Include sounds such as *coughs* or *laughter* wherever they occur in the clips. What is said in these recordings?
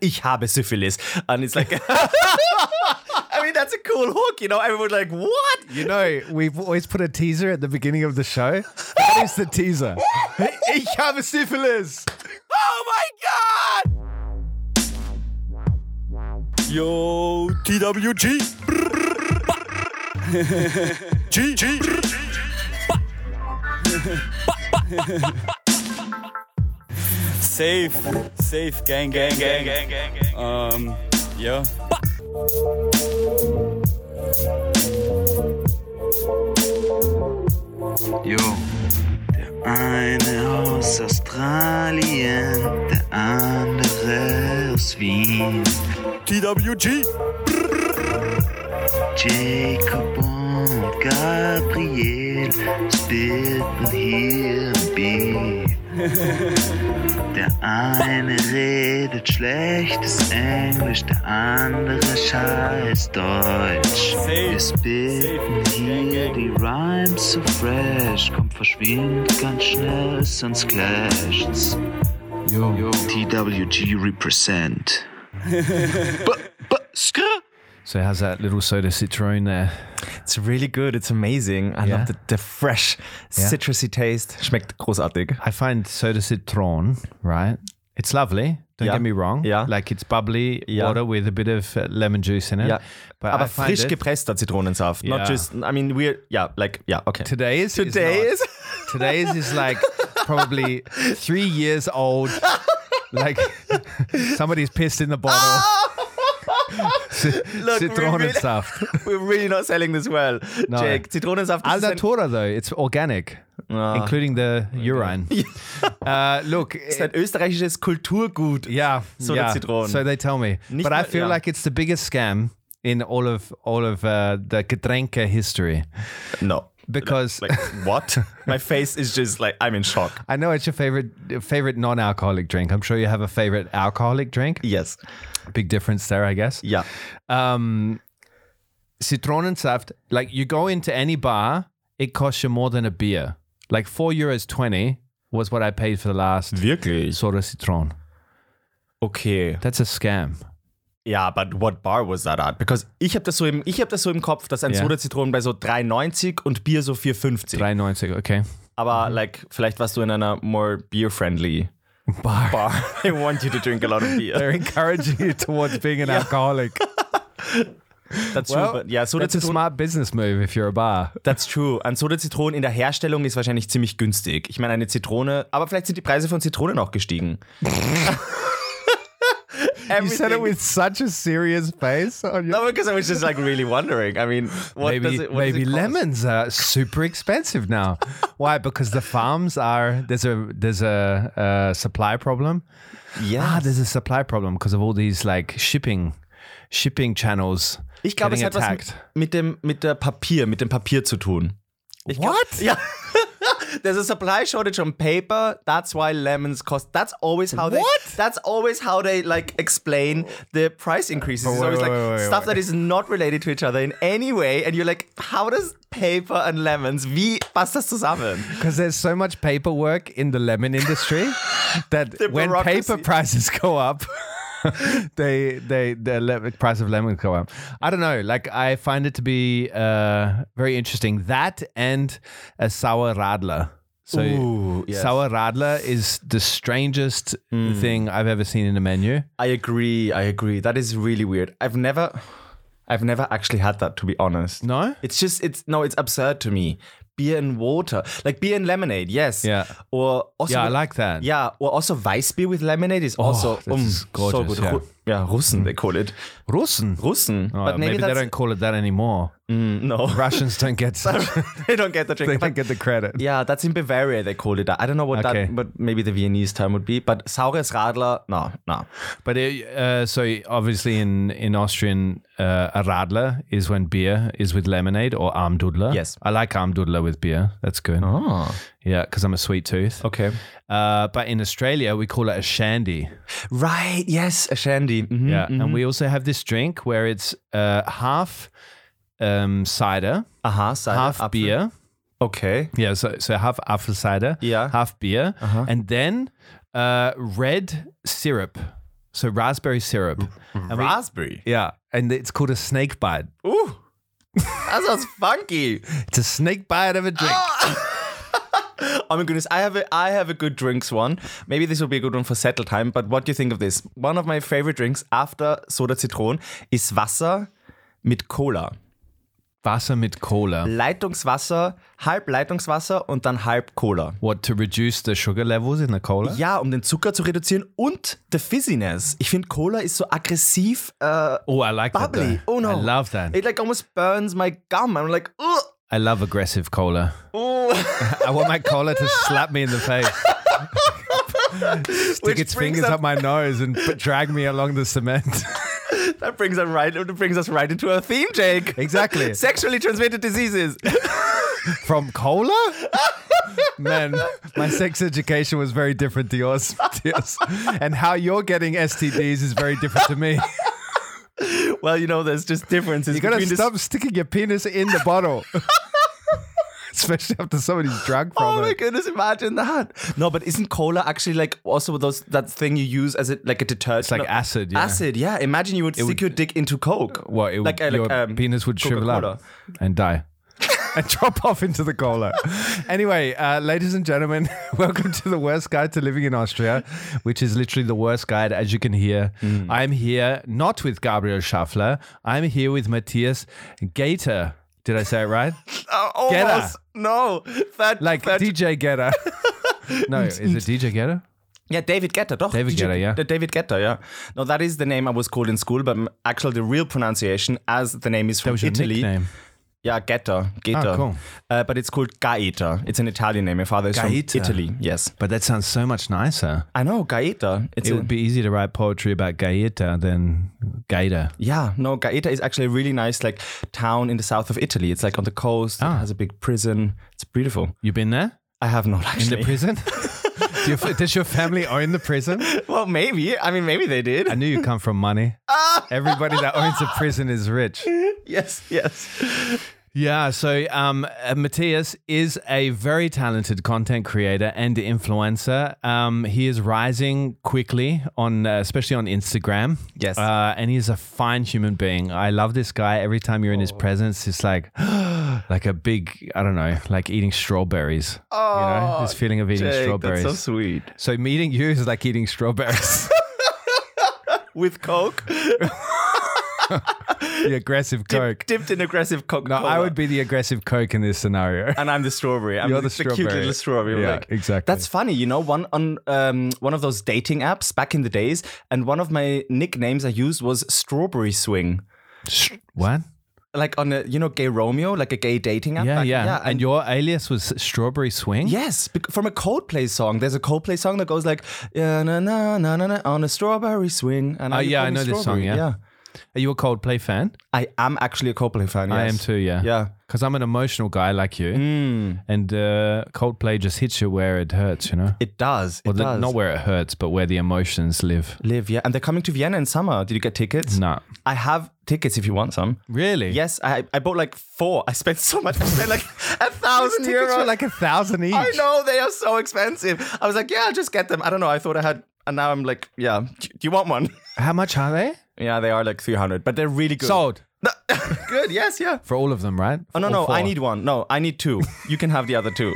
ich habe Syphilis. And it's like, *laughs* I mean, that's a cool hook, you know? Everyone's like, what? You know, we've always put a teaser at the beginning of the show. That is the teaser. ich habe Syphilis. Oh my god! Yo, TWG. Brr, brr, ba. G, G. Ba. Ba, ba, ba, ba. Safe, safe, gang, gang, gang, gang, gang, gang. Um, yeah. Jo. Der eine aus Australien, der andere aus Wien. TWG. Jacob und Gabriel spitten hier im Beat. Der eine redet schlechtes Englisch, der andere scheiß Deutsch. Wir spitten hier die Rhymes so fresh, kommt verschwind ganz schnell, sonst clasht's. TWG represent. B- b- skr. So how's that little soda citrone there? It's really good. It's amazing. I Yeah. love the, the fresh, citrusy taste. Schmeckt großartig. I find soda citron, right? It's lovely. Don't Yeah. get me wrong. Yeah. Like it's bubbly Yeah. water with a bit of uh, lemon juice in it. Yeah. But I Aber find frisch it- gepresster Zitronensaft. Ja. Not just, I mean, we're, yeah, like, yeah, okay. Today's Today *laughs* not. is, Today's is like probably three years old. Like *laughs* somebody's pissed in the bottle. Ah! *laughs* Look, we really- Zitronensaft. *laughs* we're really not selling this well. No. Jake, Zitronensaft Al ist ein, natura though, it's organic, Ah. including the *laughs* urine. uh, look, ist ein österreichisches Kulturgut. yeah, Soda yeah. Zitron. So they tell me, Nicht but I nur- feel ja. like it's the biggest scam in all of all of uh, the Getränke history No. because Like, *laughs* what? My face is just like, I'm in shock. I know it's your favorite favorite non-alcoholic drink. I'm sure you have a favorite alcoholic drink. Yes. Big difference there, I guess. Yeah. um, Zitronensaft, like you go into any bar, it costs you more than a beer. Like four euros twenty was what I paid for the last Wirklich? soda citron. Okay. That's a scam. Ja, but what bar was that at? Because ich habe das, so im- ich hab das so im Kopf, dass ein Ja. Soda-Zitronen bei so 3,90 und Bier so 4,50. Three ninety, okay. *laughs* Aber Mhm. like, vielleicht warst du in einer more beer-friendly Bar. bar. *laughs* I want you to drink a lot of beer. They're *laughs* encouraging you towards being an alcoholic. That's true. *laughs* Well, But, yeah, Soda that's a Zitronen, smart business move if you're *laughs* a bar. that's true. Ein Soda Zitronen in der Herstellung ist wahrscheinlich ziemlich günstig. Ich meine, eine Zitrone, aber vielleicht sind die Preise von Zitronen auch *laughs* gestiegen. You said it with such a serious face on your. No, because I was just like really wondering. I mean, what does Maybe, it, what does maybe it cost? lemons are super *laughs* expensive now. Why? Because the farms are there's a there's a, uh supply problem, Ah, Ja, there's a supply problem because of all these like shipping shipping channels. ich glaube, es getting hat was mit- mit dem mit der Papier, mit dem Papier zu tun. Ich glaub- *laughs* What? Ja. There's a supply shortage on paper. That's why lemons cost. That's always how they. What? That's always how they like explain the price increases. it's wait, always wait, like wait, wait, stuff wait. that is not related to each other in any way, and you're like, how does paper and lemons? Wie passt das zusammen? Because there's so much paperwork in the lemon industry that The when bureaucracy. paper prices go up, *laughs* they they the le- price of lemons go up. I don't know. Like I find it to be uh, very interesting. That and a sour radler. So Ooh, yes. Hmm. sour radler is the strangest thing I've ever seen in a menu. I agree. I agree. That is really weird. I've never, I've never actually had that to be honest. No. It's just it's no, it's absurd to me. Beer and water, like beer and lemonade, yes. Yeah. Or also Yeah, I like that. Yeah, or also Weißbier with lemonade is also Oh, um, this is so gorgeous, good. yeah. Ru- yeah, Russen they call it. Russen. Russen, Oh, but maybe, maybe they that's don't call it that anymore. no. Russians don't get such, *laughs* they don't get the drink. *laughs* they but- don't get the credit. yeah, that's in Bavaria they call it that. I don't know what Okay. that, but maybe the Viennese term would be. But saures Radler, no, no. But it, uh, so obviously in in Austrian, uh, a radler is when beer is with lemonade or Almdudler. Yes. I like Almdudler with beer. That's good. Oh, Yeah, because I'm a sweet tooth. okay. Uh, but in Australia, we call it a shandy. Mm-hmm. Right, yes, a shandy. Mhm, Yeah, and we also have this drink where it's uh, half um, cider, Aha, Cider, half Uh, Apfel. beer. Okay. Yeah, so so half apple cider, Yeah. Uh-huh. half beer, and then uh, red syrup. So raspberry syrup. And we- Raspberry. yeah, and it's called a snake bite. Uh, that sounds funky. It's a snake bite of a drink. Ah! Oh my goodness, I have a I have a good drinks one. Maybe this will be a good one for settle time, but what do you think of this? One of my favorite drinks after Soda Zitron ist Wasser mit Cola. Wasser mit Cola. Leitungswasser, halb Leitungswasser und dann halb Cola. What to reduce the sugar levels in the cola? Ja, um den Zucker zu reduzieren und the fizziness. Ich finde Cola ist so aggressiv äh, Oh, I like bubbly. that. though. Oh no. I love that. It like almost burns my gum. I'm like, ugh. I love aggressive cola. Oh. *laughs* I want my cola to slap me in *laughs* the face. Stick Which its brings fingers up- up my nose and p- drag me along the cement. *laughs* That brings us right that brings us right into our theme, Jake. *laughs* Exactly. Sexually transmitted diseases. *laughs* From cola? Man, my sex education was very different to yours, to yours. And how you're getting STDs is very different to me. Well, you know, there's just differences You gotta between this- stop sticking your penis in the bottle. *laughs* Especially after somebody's drunk Oh from my it. goodness, imagine that. No, but isn't cola actually like also those that thing you use as a, like a detergent? It's like acid, yeah. Acid, yeah. Imagine you would stick your dick into Coke. Well, it would, Like, uh, like, your um, penis would shrivel up and die *laughs* and drop off into the cola. *laughs* anyway, uh, ladies and gentlemen, *laughs* welcome to the worst guide to living in Austria, which is literally the worst guide, as you can hear. I'm here not with Gabriel Schaffler. I'm here with Matthias Gator. Did I say it *laughs* right? Uh, Get her. almost. No. That, Like that, DJ Getter. *laughs* no, is it DJ Getter? Yeah, David Guetta, doch. David DJ Guetta, yeah. the David Guetta, yeah. No, that is the name I was called in school, but m- actually the real pronunciation, as the name is That from was your Italy. nickname. Yeah, Guetta. Guetta. Ah, cool. Uh, but it's called Gaeta. It's an Italian name. My father is Gaeta. from Italy. Yes. But that sounds so much nicer. I know, Gaeta. It's It a- would be easier to write poetry about Gaeta than Gator. Yeah, no, Gaeta is actually a really nice like town in the south of Italy. It's like on the coast. Ah. It has a big prison. It's beautiful. You been there? I have not In actually. the prison? Do your, does your family own the prison? *laughs* well, maybe. I mean, maybe they did. I knew you come from money. Everybody that owns a prison is rich. *laughs* yes, yes. Yeah, so um, uh, Matthias is a very talented content creator and influencer. Um, he is rising quickly on, uh, especially on Instagram. Yes. uh, and he's a fine human being. I love this guy. Every time you're in Oh. his presence, it's like, *gasps* like a big, I don't know, like eating strawberries. Oh, you know, this feeling of eating Jake, that's strawberries. so sweet. so meeting you is like eating strawberries. *laughs* With Coke, *laughs* the aggressive Coke. dipped in aggressive Coke. No, I would be the aggressive Coke in this scenario. And I'm the strawberry. I'm You're the, the cute strawberry. little strawberry. Yeah, like. exactly. That's funny, you know. One on um, one of those dating apps back in the days, and one of my nicknames I used was Strawberry Swing. What? like on a you know gay Romeo, like a gay dating app. Yeah, back- yeah. and And your alias was Strawberry Swing? yes, bec- from a Coldplay song. There's a Coldplay song that goes like yeah, na na na na na on a strawberry swing. And Oh, you yeah, call I me know this song, strawberry. yeah. Are you a Coldplay fan? I am actually a Coldplay fan. Yes. I am too, yeah. Yeah. Mm. Because I'm an emotional guy like you. And uh, Coldplay just hits you where it hurts, you know? It does. It Well, the- does. not where it hurts, but where the emotions live. Live, yeah. And they're coming to Vienna in summer. Did you get tickets? Nah. I have tickets if you want some. Really? Yes, I I bought like four. I spent so much. I spent like *laughs* a thousand Those tickets were euros. like a thousand each. I know they are so expensive. I was like, yeah, I'll just get them. I don't know. I thought I had, and now I'm like, yeah. Do you want one? *laughs* How much are they? Yeah, they are like 300, but they're really good. Sold. No, *laughs* good, yes, yeah. For all of them, right? Oh, no, All no, I four. need one. No, I need two. You can have the other two.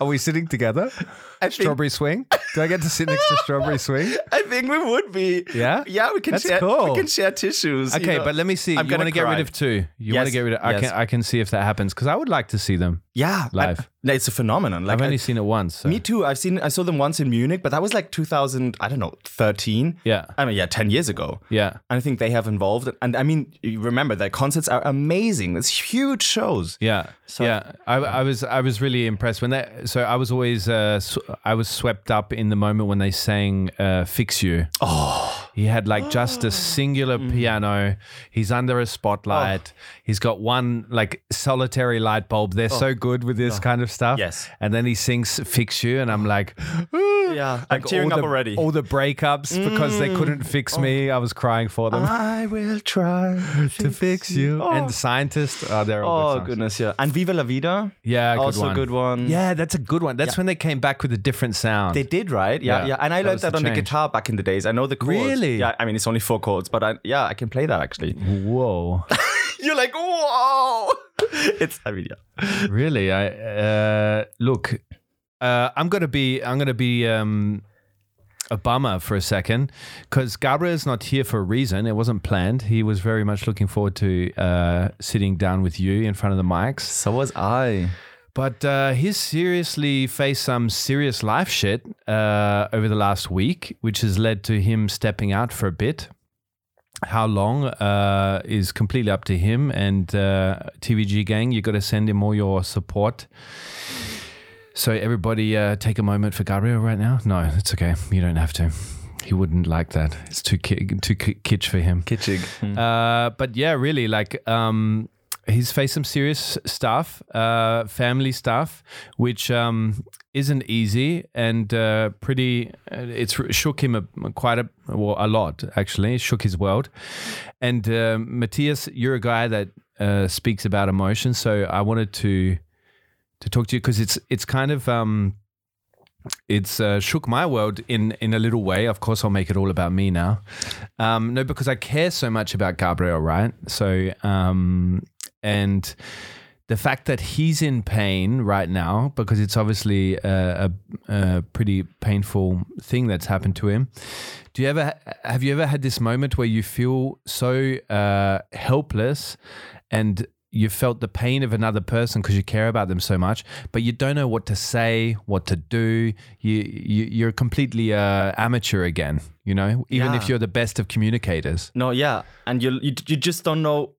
Are we sitting together? *laughs* I think, Strawberry Swing? Do I get to sit next to *laughs* Strawberry Swing? I think we would be. Yeah? Yeah, we can That's share cool. we can share tissues. you Okay, know. but let me see. I'm you gonna want to get cry. rid of two. You want Yes, to get rid of. I yes. can. I can see if that happens because I would like to see them. Yeah. I- Live. no, it's a phenomenon. Like I've only I- seen it once. so- me too. I've seen I saw them once in Munich, but that was like 2000, I don't know, 13. Yeah. I mean, yeah, 10 years ago. Yeah. And I think they have involved and I mean, you remember their concerts are amazing. It's huge shows. Yeah, yeah. I, I was I was really impressed when that. So I was always uh, sw- I was swept up in the moment when they sang uh, "Fix You." Oh, he had like just Oh. a singular Mm-hmm. piano. He's under a Oh. spotlight. He's got one like solitary light bulb. They're so good with this kind of Oh. stuff. Yes. and then he sings "Fix You," and I'm like, Yeah. I'm like, tearing all up the- already. Mm. Oh. All the breakups because they couldn't fix me. I was crying for them. *laughs* I will try to fix you Oh. and the scientist. Oh, they're all Oh good songs. goodness, yeah. And Viva La Vida. Yeah, good also one. good one. Yeah, that's a good one. That's when they came back with a different sound. They did, right? Yeah, Yeah, yeah. And I that was learned that the on the change. guitar back in the days. I know the chords. Really? Yeah, I mean it's only four chords, but I, yeah, I can play that actually. Whoa. *laughs* You're like, whoa! *laughs* It's I mean, yeah. really? I uh, look. Uh, I'm gonna be. I'm gonna be. Um, a bummer for a second because Gabriel is not here for a reason. It wasn't planned. He was very much looking forward to uh, sitting down with you in front of the mics. So was I. But uh, he's seriously faced some serious life shit uh, over the last week, which has led to him stepping out for a bit. How long uh, is completely up to him. And uh, TVG gang, you got to send him all your support. So everybody, uh, take a moment for Gabriel right now. No, it's okay. You don't have to. He wouldn't like that. It's too ki- too ki- kitsch for him. Kitschig. Uh, but yeah, really, like um, he's faced some serious stuff, uh, family stuff, which um, isn't easy and uh, pretty. uh, It's shook him a, quite a well, a lot actually. It shook his world. And uh, Matthias, you're a guy that uh, speaks about emotion, so I wanted to to talk to you because it's it's kind of. Um, it's uh, shook my world in in a little way. Of course, I'll make it all about me now. Um, no, because I care so much about Gabriel, right? So, um, and the fact that he's in pain right now because it's obviously a, a, a pretty painful thing that's happened to him. Do you ever have you ever had this moment where you feel so uh, helpless and you felt the pain of another person because you care about them so much, but you don't know what to say, what to do. You, you you're completely uh, amateur again. You know, even if Yeah. you're the best of communicators. No, yeah, and you you, you just don't know,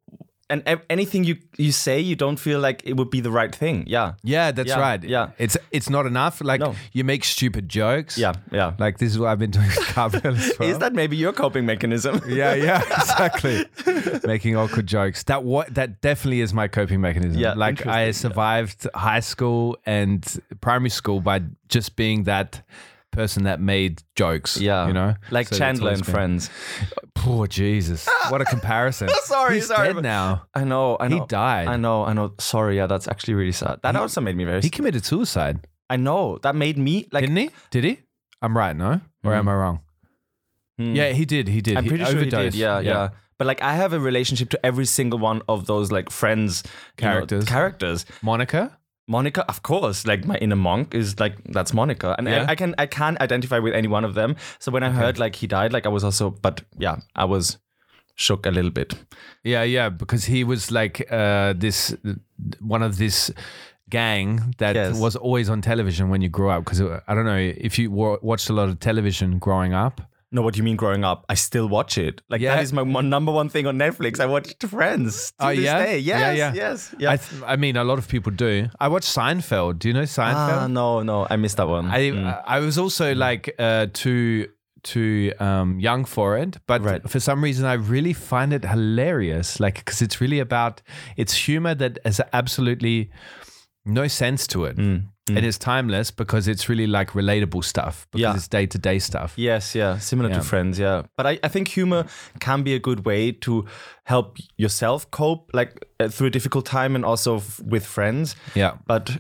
and ev- anything you you say, you don't feel like it would be the right thing. Yeah. Yeah, that's Yeah, right. yeah. it's it's not enough. Like No. you make stupid jokes. Yeah, yeah. Like this is what I've been doing with Gabriel as *laughs* well. Is that maybe your coping *laughs* mechanism? *laughs* Yeah, yeah, *laughs* exactly. Making awkward jokes. That what that definitely is my coping mechanism. Yeah, like I interesting, survived high school and primary school by just being that person that made jokes. Yeah. you know, Like So that's Chandler what it's and been. Friends. Poor Jesus, what a comparison. *laughs* Sorry, He's sorry, dead but- now. I know, I He know. died. I know, I know. Sorry, yeah, that's actually really sad. That also made me very He committed suicide, I know. That made me like didn't he? Did he? I'm right, no, or am I wrong? Yeah, he did. He did. Hmm. I'm He pretty sure he did. overdosed. Yeah, yeah, But like I have a relationship to every single one of those like friends you know, Characters. characters. Monica. Monica, of course, like my inner monk is like that's Monica, and I- Yeah. I, can I can identify with any one of them. So when I heard like he died, like I was also, but yeah, I was shook a little bit. Yeah, yeah, because he was like uh, this one of this gang that Yes. was always on television when you grew up. Because I don't know if you wa- watched a lot of television growing up. No, what do you mean growing up? I still watch it. Like Yeah. that is my one, number one thing on Netflix. I watched Friends to Oh, this yeah? day. Yes, Yeah, yeah. yes, yeah. I, th- I mean, a lot of people do. I watched Seinfeld. Do you know Seinfeld? ah, no, no, I missed that one. I uh, I was Mm. also like uh, too too um, young for it, but Right. for some reason I really find it hilarious. Like because it's really about it's humor that has absolutely no sense to it, Mm. and it's timeless because it's really like relatable stuff because Yeah. it's day to day stuff. Yes, yeah, similar Yeah. to Friends, yeah. But I, I think humor can be a good way to help yourself cope, like uh, through a difficult time, and also f- with friends. Yeah. But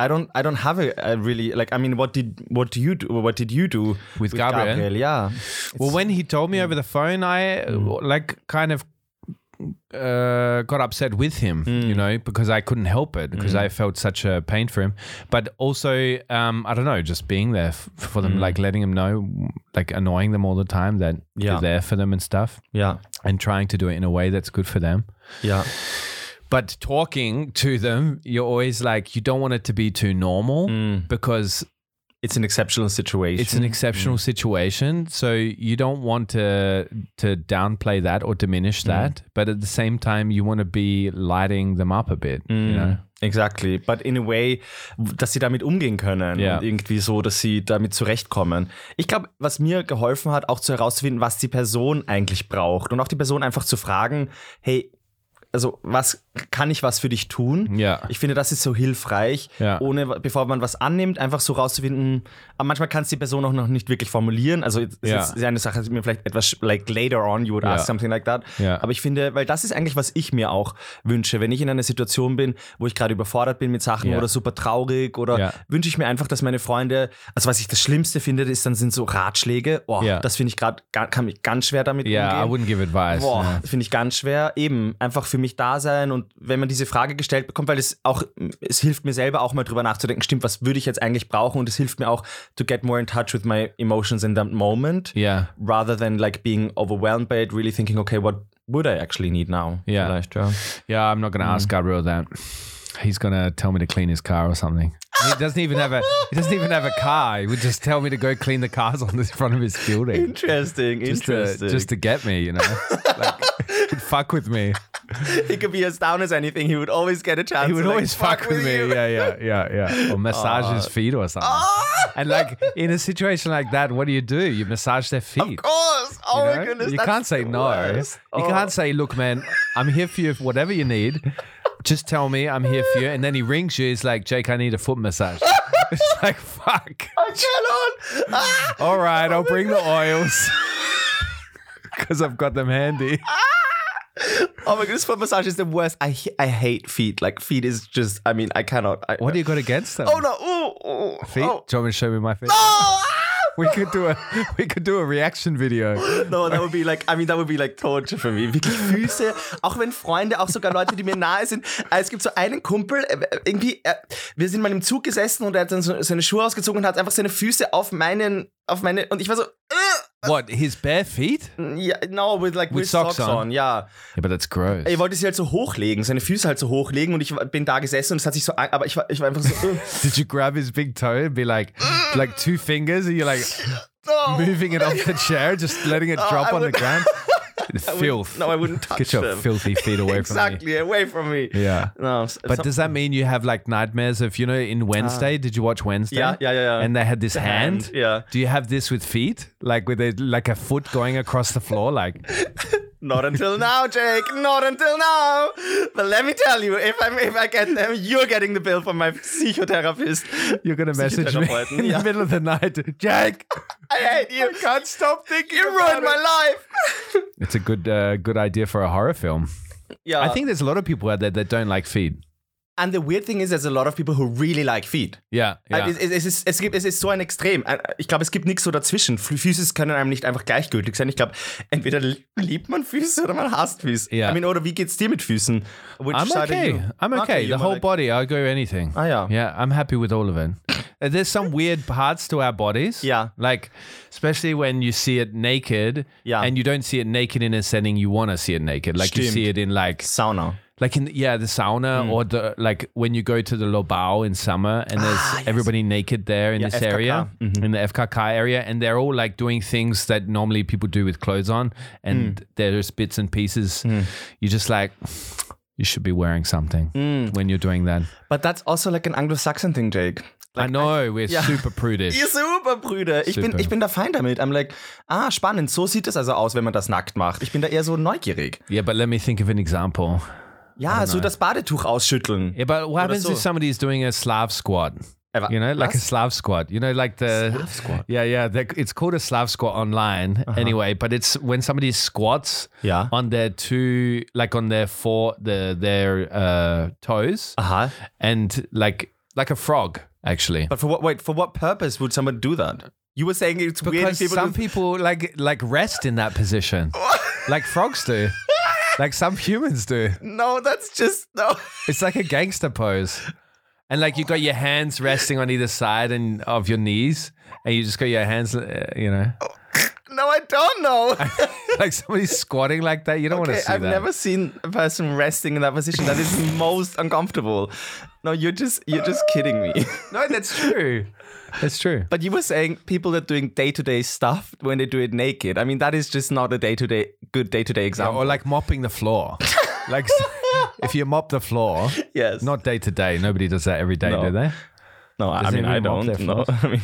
I don't, I don't have a, a really like. I mean, what did, what do you do? What did you do With Gabriel? Yeah, Well, when he told me over the phone, I uh, like kind of uh, got upset with him, you know, because I couldn't help it because I felt such a pain for him. But also, um, I don't know, just being there f- for them, like letting them know, like annoying them all the time that Yeah. you're there for them and stuff, yeah, and trying to do it in a way that's good for them. yeah, But talking to them, you're always like, you don't want it to be too normal Mm. because it's an exceptional situation. It's an exceptional situation, so you don't want to to downplay that or diminish that, but at the same time, you want to be lighting them up a bit. Mm. You know? ne? Exactly, but in a way, dass sie damit umgehen können Ja. und irgendwie so, dass sie damit zurechtkommen. Ich glaube, was mir geholfen hat, auch zu herauszufinden, was die Person eigentlich braucht und auch die Person einfach zu fragen, hey, also was kann ich was für dich tun? Ja. Ich finde, das ist so hilfreich, Ja. ohne, bevor man was annimmt, einfach so rauszufinden. Aber manchmal kann es die Person auch noch nicht wirklich formulieren. Also, es Ja. ist eine Sache, die mir vielleicht etwas, like later on, you would Ja. ask something like that. Ja. Aber ich finde, weil das ist eigentlich, was ich mir auch wünsche. Wenn ich in einer Situation bin, wo ich gerade überfordert bin mit Sachen Ja. oder super traurig oder Ja. wünsche ich mir einfach, dass meine Freunde, also was ich das Schlimmste finde, ist dann sind so Ratschläge. Oh, Ja. das finde ich gerade, ga- kann mich ganz schwer damit Yeah, I umgehen. wouldn't give advice. Boah, no. das finde ich ganz schwer. Eben, einfach für mich da sein und wenn man diese Frage gestellt bekommt, weil es auch, es hilft mir selber auch mal drüber nachzudenken, stimmt, was würde ich jetzt eigentlich brauchen und es hilft mir auch to get more in touch with my emotions in that moment. Yeah. Rather than like being overwhelmed by it, really thinking, okay, what would I actually need now? Ja. Vielleicht, ja. Yeah, I'm not going to ask Gabriel that. He's going to tell me to clean his car or something. He doesn't even have a he doesn't even have a car. He would just tell me to go clean the cars on the front of his *laughs* building. Interesting, Just to, interesting. just to get me, you know. Like he'd fuck with me. he could be as down as anything. He would always get a chance. He would to, like, always fuck, with, me. you. Oh. Yeah, yeah, *laughs* yeah, yeah. Or massage his feet or something. And like in a situation like that, what do you do? You massage their feet. Of course. Oh you my know? goodness. You that's can't say the no. worst. You Oh. can't say, look, man, I'm here for you for whatever you need. Just tell me I'm here for you. And then he rings you. He's like, Jake, I need a foot massage. *laughs* it's like, fuck. I cannot. Ah. All right, I'll bring the oils *laughs* because I've got them handy. Oh my goodness, foot massage is the worst. I h- I hate feet. Like feet is just. I mean, I cannot. I, What do you got against them? Oh no. Ooh, ooh, Feet? Oh. Do you want me to show me my feet? Oh, ah. We could do a we could do a reaction video. No, that would be like, I mean, that would be like torture für mich. Wirklich Füße, auch wenn Freunde, auch sogar Leute, die mir nahe sind. Äh, Es gibt so einen Kumpel, äh, irgendwie, äh, wir sind mal im Zug gesessen und er hat dann so seine Schuhe ausgezogen und hat einfach seine Füße auf meinen, auf meine, und ich war so, äh, What? His bare feet? Yeah, ja, no, with like, with, socks, on, ja. but that's gross. Er wollte sie halt so hochlegen, seine Füße halt so hochlegen und ich war- bin da gesessen und es hat sich so, an- aber ich war, ich war einfach so, *laughs* äh. Did you grab his big toe and be like, like two fingers, and *laughs* you're like No. moving it off the chair, just letting it drop Oh I on the would- ground? Filth. No, *laughs* I wouldn't touch Get your them. filthy feet away from me. exactly, away from me. Yeah. No, s- But some- does that mean you have like nightmares of you know in Wednesday? did you watch Wednesday? Ah. Yeah, yeah, yeah, yeah. And they had this hand. hand, yeah. Do you have this with feet? Like with a like a foot going across the floor? Like not until now, Jake. Not until now. But let me tell you, if I if I get them, you're getting the bill from my psychotherapist. *laughs* you're gonna message me Psychotherapeuten, *laughs* in yeah. the middle of the night, *laughs* Jake. I hate you. I can't stop thinking. You ruined my life. It's a good uh, good idea for a horror film. Yeah, I think there's a lot of people out there that don't like feet. And the weird thing is, there's a lot of people who really like feet. Yeah, yeah. Es, es, es, ist, es, gibt, es ist so ein Extrem. Äh, Ich glaube, es gibt nichts so dazwischen. Füße können einem nicht einfach gleichgültig sein. Ich glaube, entweder liebt man Füße oder man hasst Füße. Ja. I mean, oder wie geht's dir mit Füßen? Which I'm side are okay. you? I'm okay. you're more The whole like- body, I'll go anything. Ah, yeah. Yeah, I'm happy with all of it. Uh, There's some weird parts to our bodies. Yeah. Like, especially when you see it naked. Yeah. And you don't see it naked in a setting you want to see it naked. Like, you Stimmt. see it in, like, Sauna. like in, yeah, the sauna or the, like, when you go to the Lobau in summer and there's everybody naked there in this area, in the FKK area. And they're all, like, doing things that normally people do with clothes on. And there's bits and pieces. You're just like, you should be wearing something when you're doing that. But that's also like an Anglo-Saxon thing, Jake. I know we're Yeah. super *laughs* prudish. Ihr super, Brüder. Ich bin, Super. ich bin da fein damit. I'm like, ah, spannend. So sieht es also aus, wenn man das nackt macht. Ich bin da eher so neugierig. Yeah, but let me think of an example. Ja, so das Badetuch ausschütteln. Yeah, but what happens so. if somebody is doing a Slav squat? Eva- You know, genau, like a was? Slav squat. You know, like the Slav squat? Yeah, yeah. they- It's called a Slav squat online, Uh-huh. anyway. But it's when somebody squats Yeah. on their two, like on their four, the their uh, toes, Aha. and like like a frog, actually. Uh-huh. But for what? Wait, for what purpose would someone do that? You were saying it's weird Because if people. some do- people like like rest in *laughs* that position, like frogs do, like some humans do. no, that's just no. *laughs* It's like a gangster pose. And like you got your hands resting on either side and of your knees, and you just got your hands, uh, you know, No, I don't know. *laughs* like somebody's squatting like that. You don't want Okay, to see I've that. never seen a person resting in that position. That is most uncomfortable. No, you're just you're just kidding me. *laughs* no, that's true. That's true. But you were saying people that doing day to day stuff when they do it naked. I mean, that is just not a day to day good day to day example. Or like mopping the *laughs* floor. like if you mop the floor, yes. not day to day. Nobody does that every day, No. do they? No. I Does mean, I everyone mop don't. their No. *laughs* I mean,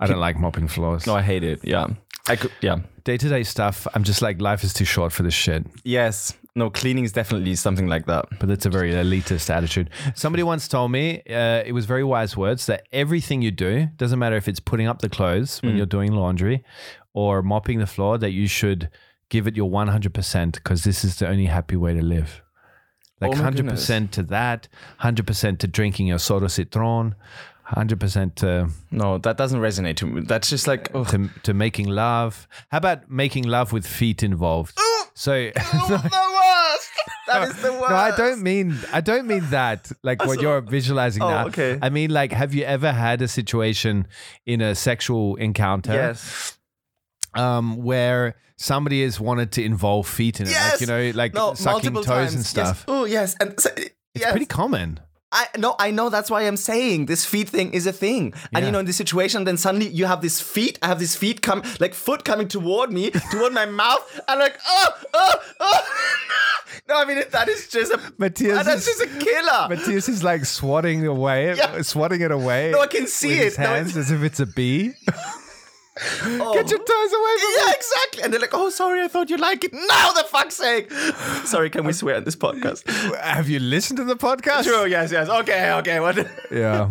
I don't like mopping floors. no. I hate it. Yeah. I could. Yeah. Day to day stuff. I'm just like life is too short for this shit. Yes. no, cleaning is definitely something like that. But that's a very elitist attitude. Somebody once told me, uh, it was very wise words, that everything you do, doesn't matter if it's putting up the clothes Mm. when you're doing laundry or mopping the floor, that you should give it your 100% because this is the only happy way to live. Like Oh my 100% to that, 100% to drinking your soda citron, 100% to, No, that doesn't resonate to me. That's just like, oh. ugh. to, to making love. How about making love with feet involved? So. the worst. That *laughs* is the worst. No, I don't mean I don't mean that. Like what you're visualizing Oh, now. okay. I mean like have you ever had a situation in a sexual encounter Yes. um where somebody has wanted to involve feet in it? Like you know, like no, sucking multiple toes times. and stuff. Yes. Oh yes, and so, yes. Pretty common. I no, I know that's why I'm saying this feet thing is a thing. And Yeah. you know, in this situation, then suddenly you have this feet, I have this feet come like foot coming toward me, toward my mouth, and like oh oh *laughs* oh. no, I mean that is just a Matthias and that's is- just a killer. Matthias is like swatting *laughs* away Yeah. swatting it away. No, I can see with his it. No, hands as if it's a bee. *laughs* Oh. Get your toes away from yeah, exactly. And they're like, oh, sorry, I thought you liked it. No, the fuck's sake. Sorry, can we swear on this *laughs* podcast? me. Have you listened to the podcast? True, yes, yes. Okay, okay. What? Yeah.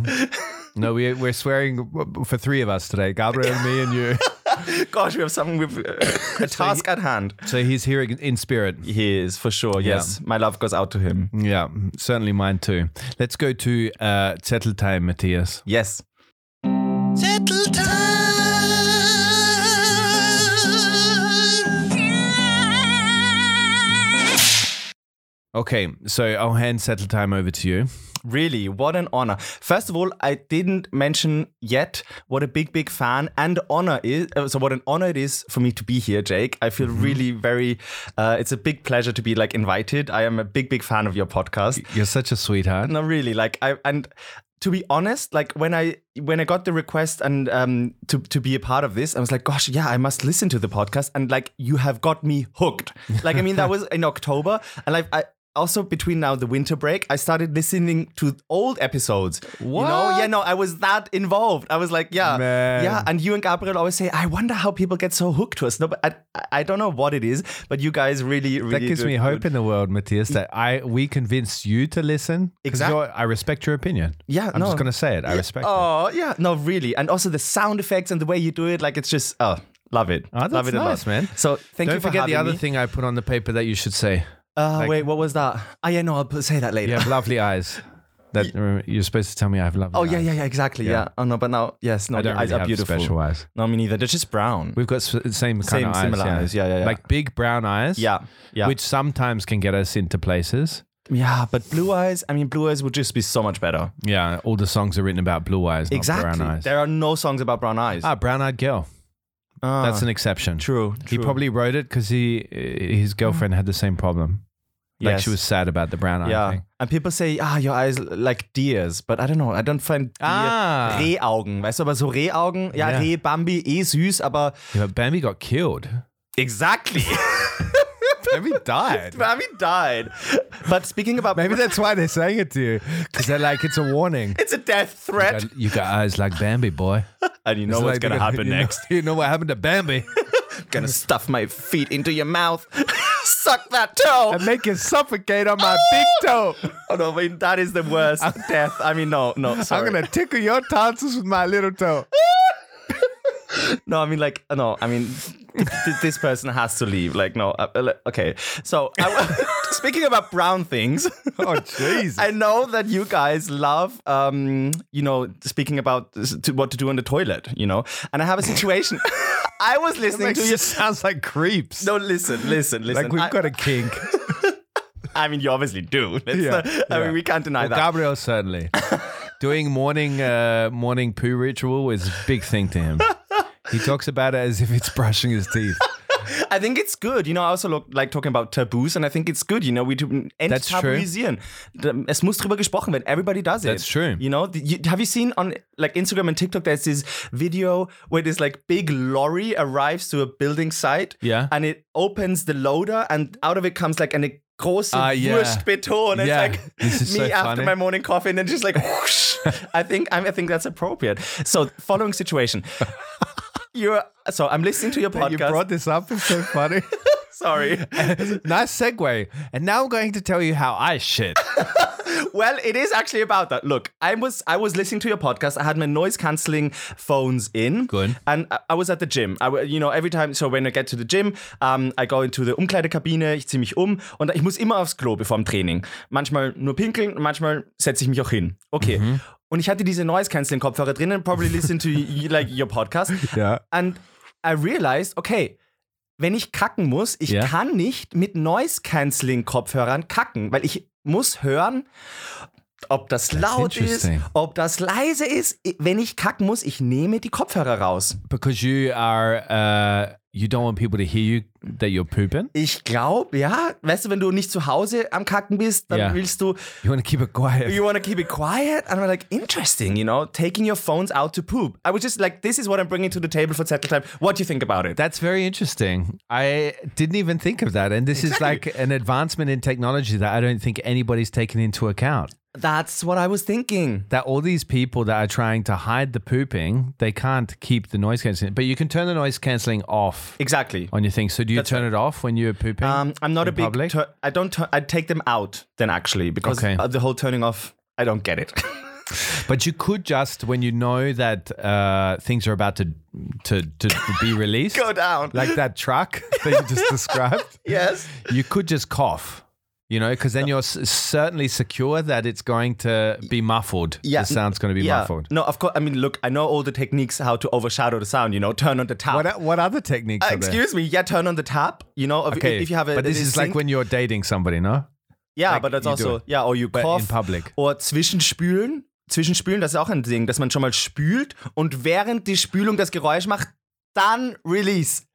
No, we, we're swearing for three of us today Gabriel, me, and you. *laughs* Gosh, we have something with uh, *coughs* a task at hand. So he's here in spirit. He is for sure. Yes, my love goes out to him. Yeah, certainly mine too. Let's go to uh, settle time, Matthias. Yes. Settle time. Okay, so I'll hand settle time over to you. Really, what an honor. First of all, I didn't mention yet what a big, big fan and honor is. uh, So, what an honor it is for me to be here, Jake. I feel really very, uh, it's a big pleasure to be like invited. I am a big, big fan of your podcast. You're such a sweetheart. No, really, like I and to be honest, like when I when I got the request and um to to be a part of this, I was like, gosh, yeah, I must listen to the podcast. And like you have got me *laughs* hooked. Like I mean, that was in October, and like I. Also, between now the winter break, I started listening to old episodes. You know? What? Yeah, no, I was that involved. I was like, yeah, Man. yeah. And you and Gabriel always say, I wonder how people get so hooked to us. No, but I, I don't know what it is. But you guys really, really That gives do me it hope good. in the world, Matthias, that I we convinced you to listen. 'Cause Exact- you're- I respect your opinion. Yeah, I'm just no. going to say it. I respect it. Oh yeah, no, really, and also the sound effects and the way you do it, like it's just oh, love it, Ah, that's love it a lot, nice, man. So thank Don't you for forget the having other me. thing I put on the paper that you should say. Uh, wait, what was that? Ah, yeah, no, I'll p- say that later. You have lovely eyes. That remember, You're supposed to tell me I have *laughs* lovely oh eyes. yeah, yeah, yeah, exactly. Yeah. Oh no, but now yes, no, I don't your eyes really are have beautiful. special eyes. No, me neither. They're just brown. We've got s- same kind Same, of eyes, similar yeah. eyes. Yeah, yeah, yeah. like big brown eyes. Yeah, yeah. which sometimes can get us into places. yeah, but blue eyes. I mean, blue eyes would just be so much better. Yeah, all the songs are written about blue eyes, not Exactly. brown eyes. There are no songs about brown eyes. ah, brown eyed girl. Ah, That's an exception. true. He true. probably wrote it because he eh, his girlfriend had the same problem. Like Yes. she was sad about the brown eye Yeah, thing. and people say, ah, your eyes l- like deers, but I don't know, I don't find deer, Ah. Rehaugen, weißt du, aber so Rehaugen, ja, Ja. Reh, Bambi, eh süß, aber Yeah, but Bambi got killed. *laughs* exactly, Bambi *laughs* died. Bambi died. But speaking about, Maybe that's why they're saying it to you because they're like it's a warning. it's a death threat, You got eyes like Bambi, boy. and you know It's what's like gonna they're gonna- happen you know- next. you know what happened to *laughs* Bambi? Gonna stuff my feet into your mouth, *laughs* suck that toe. and make you suffocate on my big toe. Oh no, I mean that is the worst death. I mean, no, no, sorry. I'm gonna tickle your tonsils with my little toe. No, I mean like no, I mean th- this person has to leave. Like no, uh, uh, okay. So I, *laughs* speaking about brown things, *laughs* *laughs* Oh Jesus! I know that you guys love, um, you know, speaking about s- to, what to do on the toilet. You know, and I have a situation. *laughs* I was listening to you. sounds like creeps. No, listen, listen, listen. like we've I, got a kink. I mean, you obviously do. Let's Yeah, not- I yeah. mean, we can't deny Well, that. *laughs* Gabriel certainly doing morning uh, morning poo ritual is a big thing to him. He talks about it as if it's brushing his *laughs* teeth. I think it's good. You know, I also look, like talking about taboos, and I think it's good. You know, we do That's true. enttabuisieren. D- Es muss drüber gesprochen werden. Everybody does it. That's true. You know, the- you, have you seen on like Instagram and TikTok? There's this video where this like big lorry arrives to a building site. Yeah. and it opens the loader, and out of it comes like an. e, Große Ah, yeah. Wurstbeton. It's Yeah. like *laughs* This is me so after funny. my morning coffee, and then just like, *laughs* whoosh. I think I think that's appropriate. So, following *laughs* situation, you're so I'm listening to your podcast. You brought this up. It's so funny. *laughs* Sorry. nice segue. And now I'm going to tell you how I shit. Well, it is actually about that. Look, I was I was listening to your podcast. I had my noise cancelling phones in. Good. And I, I was at the gym. I, w- you know, every time, so when I get to the gym, um, I go into the Umkleidekabine, ich ziehe mich um und ich muss immer aufs Klo bevor dem Training. Manchmal nur pinkeln, manchmal setze ich mich auch hin. Okay. Mhm. Und ich hatte diese noise cancelling Kopfhörer drinnen, probably listen to y- like your podcast. *laughs* Ja. And I realized, okay, wenn ich kacken muss, ich Ja. kann nicht mit Noise-Canceling-Kopfhörern kacken, weil ich muss hören, ob das laut ist, interesting. ob das leise ist. Wenn ich kacken muss, ich nehme die Kopfhörer raus. Because you are, uh, you don't want people to hear you that you're pooping. Ich glaube, ja, weißt du, wenn du nicht zu Hause am Kacken bist, dann Ja. willst du, You want to keep it quiet. you wanna keep it quiet? And I'm like, interesting, you know, taking your phones out to poop. I was just like, this is what I'm bringing to the table for Zettel Time. What do you think about it? That's very interesting. I didn't even think of that. And this Exactly. is like an advancement in technology that I don't think anybody's taken into account. That's what I was thinking. That all these people that are trying to hide the pooping, they can't keep the noise canceling. But you can turn the noise canceling off Exactly. on your thing. So do you That's turn it off when you're pooping? Um, I'm not a in big. public? Tur- I don't. Tur- I take them out then actually because Okay. uh, the whole turning off. I don't get it. *laughs* But you could just when you know that uh, things are about to to to *laughs* be released, Go down. like that truck that you *laughs* just described. yes. You could just cough, you know, because then you're s- certainly secure that it's going to be muffled. Yeah. the sound's going to be yeah. muffled. No, of course. I mean, look. I know all the techniques how to overshadow the sound. You know, turn on the tap. What what other techniques? Uh, are there? excuse me. Yeah, turn on the tap. You know, if, Okay, if you have a. but this a is like sink. when you're dating somebody, no? Yeah, like but that's you do also. it. Yeah, or you But cough. in public. Or zwischenspülen. Zwischenspülen, das ist auch ein Ding, dass man schon mal spült und während die Spülung das Geräusch macht, dann release. *laughs*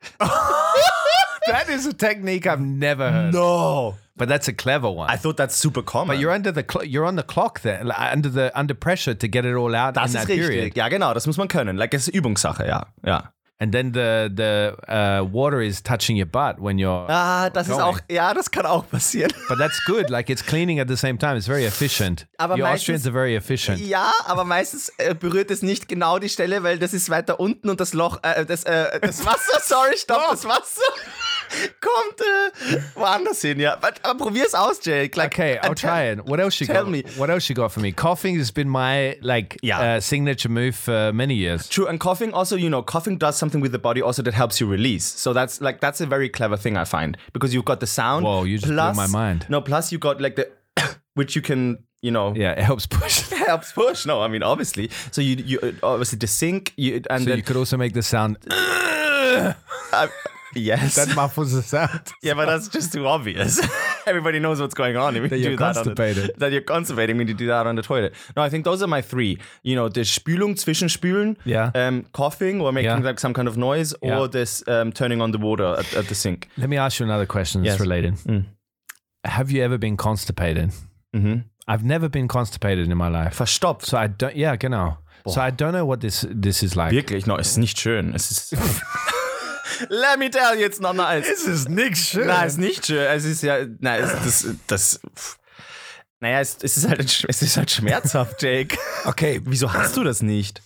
That is a technique I've never heard. No. But that's a clever one. I thought that's super common. but you're under the cl- you're on the clock there, like, uh, under the under pressure to get it all out Das in ist that richtig. period. Ja, genau, das muss man können. Like, es ist Übungssache, ja. ja. And then the the uh, water is touching your butt when you're. Ah, das ist Going. auch, ja, das kann auch passieren. But that's good. Like it's cleaning at the same time. It's very efficient. Aber your meistens- Austrians are very efficient. Ja, aber meistens äh, berührt es nicht genau die Stelle, weil das ist weiter unten und das Loch, äh, das, äh, *laughs* das Wasser, sorry, stopp, das Wasser *laughs* kommt äh, woanders hin, ja. Aber, aber probier's aus, Jake. Like, Okay, I'll and try it. What else you tell got? me. What else you got for me? Coughing has been my like Yeah. uh, signature move for many years. True, and coughing also, you know, coughing does something with the body also that helps you release. So that's like that's a very clever thing I find because you've got the sound. Whoa, you just blew plus, my mind. No, plus you got like the, *coughs* which you can, you know, Yeah, it *laughs* helps push. helps push. No, I mean obviously. So you you uh, obviously the sink. You and So then you could also make the sound. I- yes. muffles the sound. *laughs* yeah, but that's just too obvious. *laughs* Everybody knows what's going on. If you That do you're that, on the, constipated. that you're constipating when you do that on the toilet. No, I think those are my three. You know, the spülung, zwischenspülen, Yeah. um, coughing or making Yeah. like some kind of noise, Yeah. or this um, turning on the water at, at the sink. Let me ask you another question that's Yes. related. Mm. Have you ever been constipated? Mhm. I've never been constipated in my life. Verstopft. So I don't. Yeah, genau. So I don't know what this this is like. Wirklich, no, es ist nicht schön. Es ist. *laughs* Let me tell you, it's not nice. This is nix shit. Nein, es ist nicht schön. Es ist ja. Nein, es, das. das pff. naja, es, es, ist halt, ein Sch- es ist halt schmerzhaft, Jake. Okay, Wieso hast du das nicht?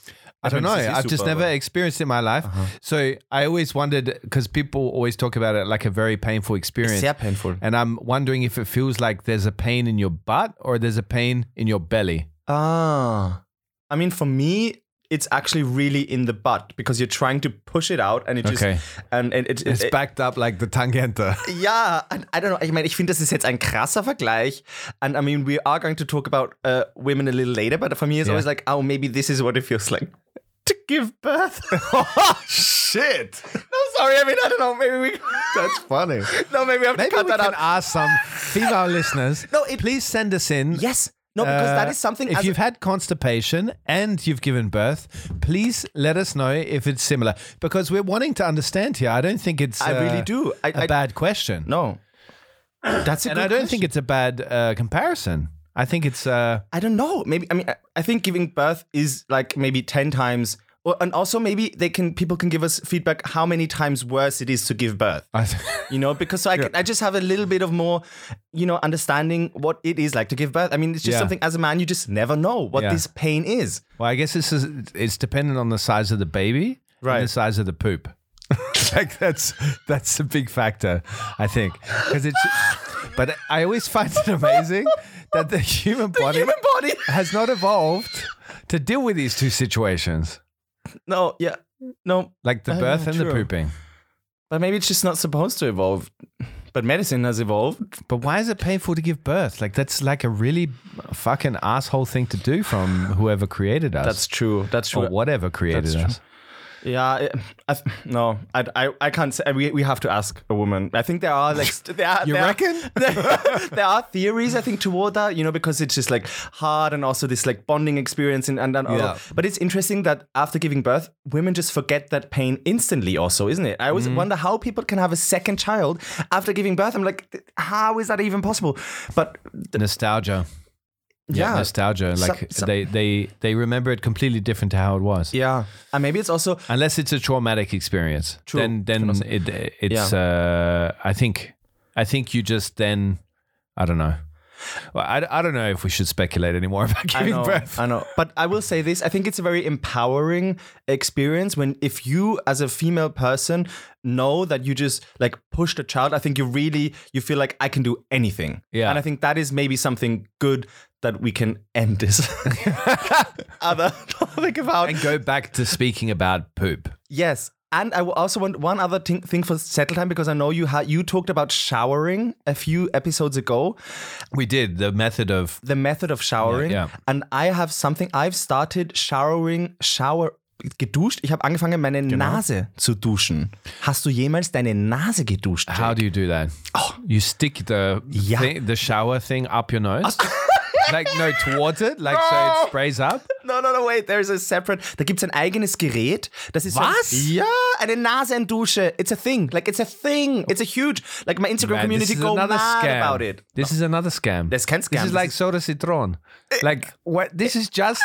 I don't know. mean, es ist eh I've just super, Uh-huh. never aber- experienced it in my life. So I always wondered because people always talk about it like a very painful experience. Sehr painful. And I'm wondering if it feels like there's a pain in your butt or there's a pain in your belly. Ah. I mean, for me, it's actually really in the butt because you're trying to push it out and it just. Okay. And, and it, it, backed up like the tangenta. Ja, and I don't know. Ich meine, ich finde, das ist jetzt ein krasser Vergleich. And I mean, we are going to talk about uh, women a little later, but for me, it's Yeah. always like, oh, maybe this is what it feels like to give *laughs* birth. *laughs* Shit. no, sorry. I mean, I don't know. Maybe we. *laughs* That's funny. no, maybe I have to *laughs* Maybe cut we that can out. ask some *laughs* female listeners. No, it- please send us in. Yes. No, because Uh, that is something. If as you've had constipation and you've given birth, please let us know if it's similar because we're wanting to understand here. I don't think it's. I uh, really do. I, a I- bad question. No. That's a and good I don't question. think it's a bad uh, comparison. I think it's. Uh, *laughs* I don't know. Maybe I mean I, I think giving birth is like maybe ten times, or, and also maybe they can people can give us feedback how many times worse it is to give birth. I You know, because so I can, I just have a little bit of more, you know, understanding what it is like to give birth. I mean, it's just Yeah. something as a man you just never know what Yeah. this pain is. well, I guess this is. It's dependent on the size of the baby Right. and the size of the poop. *laughs* like that's that's a big factor, I think, because it's. But I always find it amazing that *laughs* the human body Human body. has not evolved to deal with these two situations, No, yeah, no. like the Uh, birth and the true. pooping. But maybe it's just not supposed to evolve. But medicine has evolved. But why is it painful to give birth? Like that's like a really fucking asshole thing to do from whoever created us. That's true. That's true. or whatever created That's true. us. Yeah, I, I, th- no, I, I, I can't say. We, we have to ask a woman. I think there are like st- there are, *laughs* You there reckon? Are, there, there are theories I think toward that, you know, because it's just like hard and also this like bonding experience and and, and all. Yeah. But it's interesting that after giving birth, women just forget that pain instantly. Also, isn't it? I always Mm-hmm. wonder how people can have a second child after giving birth. I'm like, how is that even possible? But Nostalgia. yeah, nostalgia. Some- Like some- they they they remember it completely different to how it was. yeah, and maybe it's also Unless it's a traumatic experience, True. then then Can also- it it's. Uh, I think I think you just then I don't know. Well, I, I don't know if we should speculate anymore *laughs* about giving I know, birth. I know. But I will say this: I think it's a very empowering experience when, if you as a female person know that you just like pushed a child, I think you really you feel like I can do anything. Yeah. and I think that is maybe something good that we can end *laughs* this other topic about. and go back to speaking about poop. Yes. And I w- also want one other thing, thing for settle time because I know you had you talked about showering a few episodes ago We did the method of the method of showering. Ja, ja. Und I have something, I've started showering, shower, geduscht. Ich habe angefangen, meine Genau. Nase zu duschen. Hast du jemals deine Nase geduscht? Jake? How do you do that? You stick the Oh. Yeah. thing, the shower thing up *laughs* your nose. like no towards it, like so it sprays up. No, no, no, wait, there's a separate. Da gibt's ein eigenes Gerät. Das ist so- Was? ja, eine Nasendusche. It's a thing. Like, it's a thing. It's a huge. Like, my Instagram Man, community this is go mad another scam. about it. This is another scam. That's kein This Scam. is This like is- soda citron. Eh, Like what? This is just